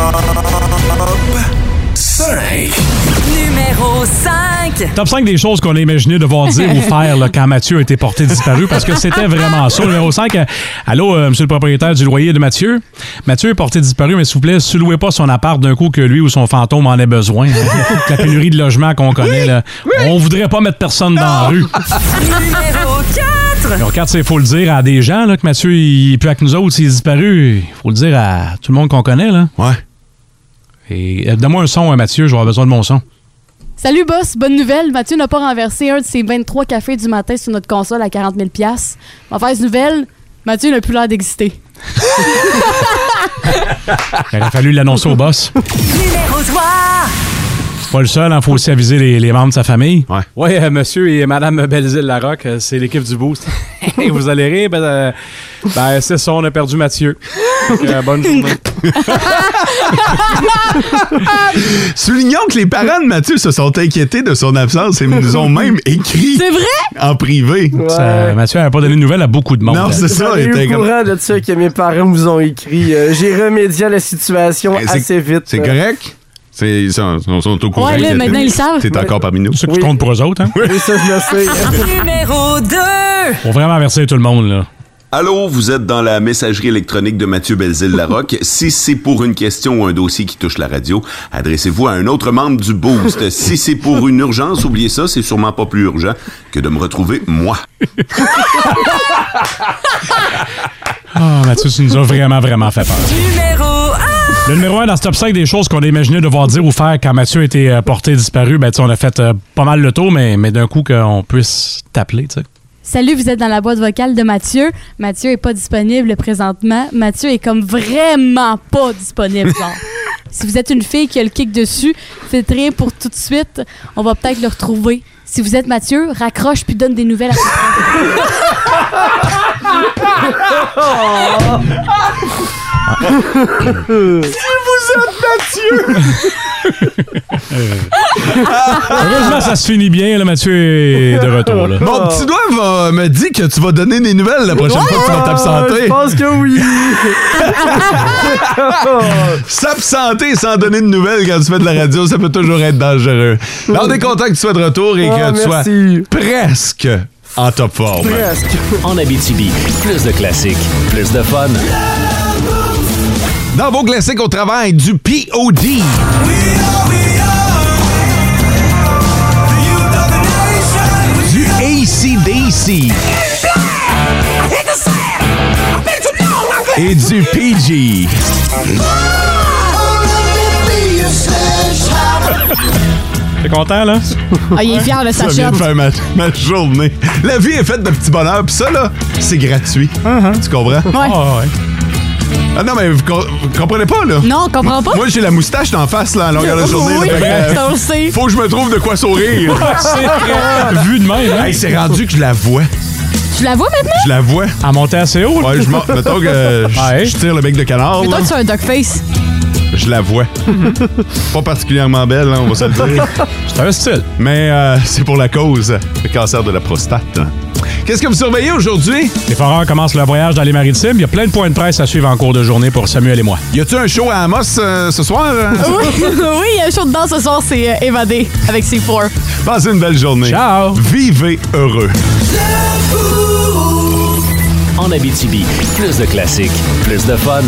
top 5.
Numéro 5.
Top 5 des choses qu'on a imaginé devoir dire ou faire là, quand Mathieu a été porté disparu, parce que c'était vraiment ça. Numéro 5, euh, allô, euh, monsieur le propriétaire du loyer de Mathieu. Mathieu est porté disparu, mais s'il vous plaît, sous-louez pas son appart d'un coup que lui ou son fantôme en ait besoin. la pénurie de logement qu'on connaît, là, on voudrait pas mettre personne dans la rue.
Numéro 4.
Mais on regarde, c'est faut le dire à des gens là, que Mathieu, il est plus avec nous autres, s'il est disparu. faut le dire à tout le monde qu'on connaît. Là.
Ouais.
Et euh, donne-moi un son, hein, Mathieu, je vais avoir besoin de mon son.
Salut boss, bonne nouvelle. Mathieu n'a pas renversé un de ses 23 cafés du matin sur notre console à 40 000 Mauvaise nouvelle, Mathieu n'a plus l'air d'exister.
Il aurait fallu l'annoncer au boss.
Numéro 3.
C'est Pas le seul, hein, faut aussi aviser les, les membres de sa famille.
Ouais.
Oui, euh, monsieur et madame Belzile Larocque, euh, c'est l'équipe du Boost. Et vous allez rire, ben, euh, ben, c'est ça, on a perdu Mathieu. Donc, euh, bonne journée.
Soulignons que les parents de Mathieu se sont inquiétés de son absence et nous ont même écrit.
C'est vrai?
En privé.
Ça, Mathieu n'a pas donné de nouvelles à beaucoup de monde.
Non, c'est ça,
J'avais
il était
eu le
comme-
courant de ça que mes parents vous ont écrit. Euh, J'ai remédié à la situation
Ben, c'est-
assez vite.
C'est correct? C'est- Ils sont, sont- sont au courant.
Ouais, là,
que t'es-
maintenant, ils savent.
T'es encore parmi nous.
Ceux qui comptent pour eux autres, hein?
Oui, ça, je le sais.
Numéro 2.
Faut vraiment verser tout le monde, là.
Allô, vous êtes dans la messagerie électronique de Mathieu Belzile-Larocque. si c'est pour une question ou un dossier qui touche la radio, adressez-vous à un autre membre du Boost. si c'est pour une urgence, oubliez ça, c'est sûrement pas plus urgent que de me retrouver moi.
Ah, Mathieu, tu nous as vraiment, vraiment fait peur.
Numéro 1.
Le numéro 1 dans ce top 5 des choses qu'on a imaginé devoir dire ou faire quand Mathieu a été euh, porté disparu, ben, tu sais, on a fait euh, pas mal le tour, mais, mais d'un coup qu'on puisse t'appeler, tu sais.
Salut, vous êtes dans la boîte vocale de Mathieu. Mathieu est pas disponible présentement. Mathieu est comme vraiment pas disponible. genre. si vous êtes une fille qui a le kick dessus, faites rien pour tout de suite. On va peut-être le retrouver. Si vous êtes Mathieu, raccroche puis donne des nouvelles à ses parents.
si vous êtes Mathieu!
Heureusement, ça se finit bien, là, Mathieu est de retour, là.
Mon petit doigt va- me dit que tu vas donner des nouvelles la prochaine fois que tu vas t'absenter.
Je pense que oui.
S'absenter sans donner de nouvelles quand tu fais de la radio, ça peut toujours être dangereux. Là, on est content que tu sois de retour et que
Ah,
tu sois
merci.
presque en top forme.
ben. En Abitibi, plus de classiques, plus de fun.
Dans vos classiques au travail, du POD. Du ACDC. Et du PG.
T'es content, là?
Ah, il est fier, le
Ça
sachet.
vient de faire ma, ma journée. La vie est faite de petits bonheurs, puis ça, là, c'est gratuit. Tu comprends?
Uh-huh. Ouais.
Ah non, mais vous, com- vous comprenez pas, là?
Non, on comprend pas.
Moi, j'ai la moustache d'en face, là, à longueur de journée.
Oui,
là, fait que, euh,
ça, on le sait.
Faut que je me trouve de quoi sourire.
C'est vrai.
Vu de même.
hein.
c'est rendu que je la vois.
Tu la vois maintenant?
Je la vois.
À monter assez haut.
Ouais, je m'en- mettons que euh, je je tire le bec de canard.
Mais toi,
là.
tu as un duck face.
Je la vois. pas particulièrement belle, hein, on va se le dire.
C'est un style.
Mais euh, c'est pour la cause, le cancer de la prostate. hein. Qu'est-ce que vous surveillez aujourd'hui?
Les foreurs commencent leur voyage dans les maritimes. Il y a plein de points de presse à suivre en cours de journée pour Samuel et moi.
Y a-tu un show à Amos euh, ce soir? hein?
Ah oui, oui, il y a un show dedans ce soir, c'est euh, Évadé avec C4.
Passez une belle journée. Ciao! Vivez heureux.
En Abitibi, plus de classiques, plus de fun.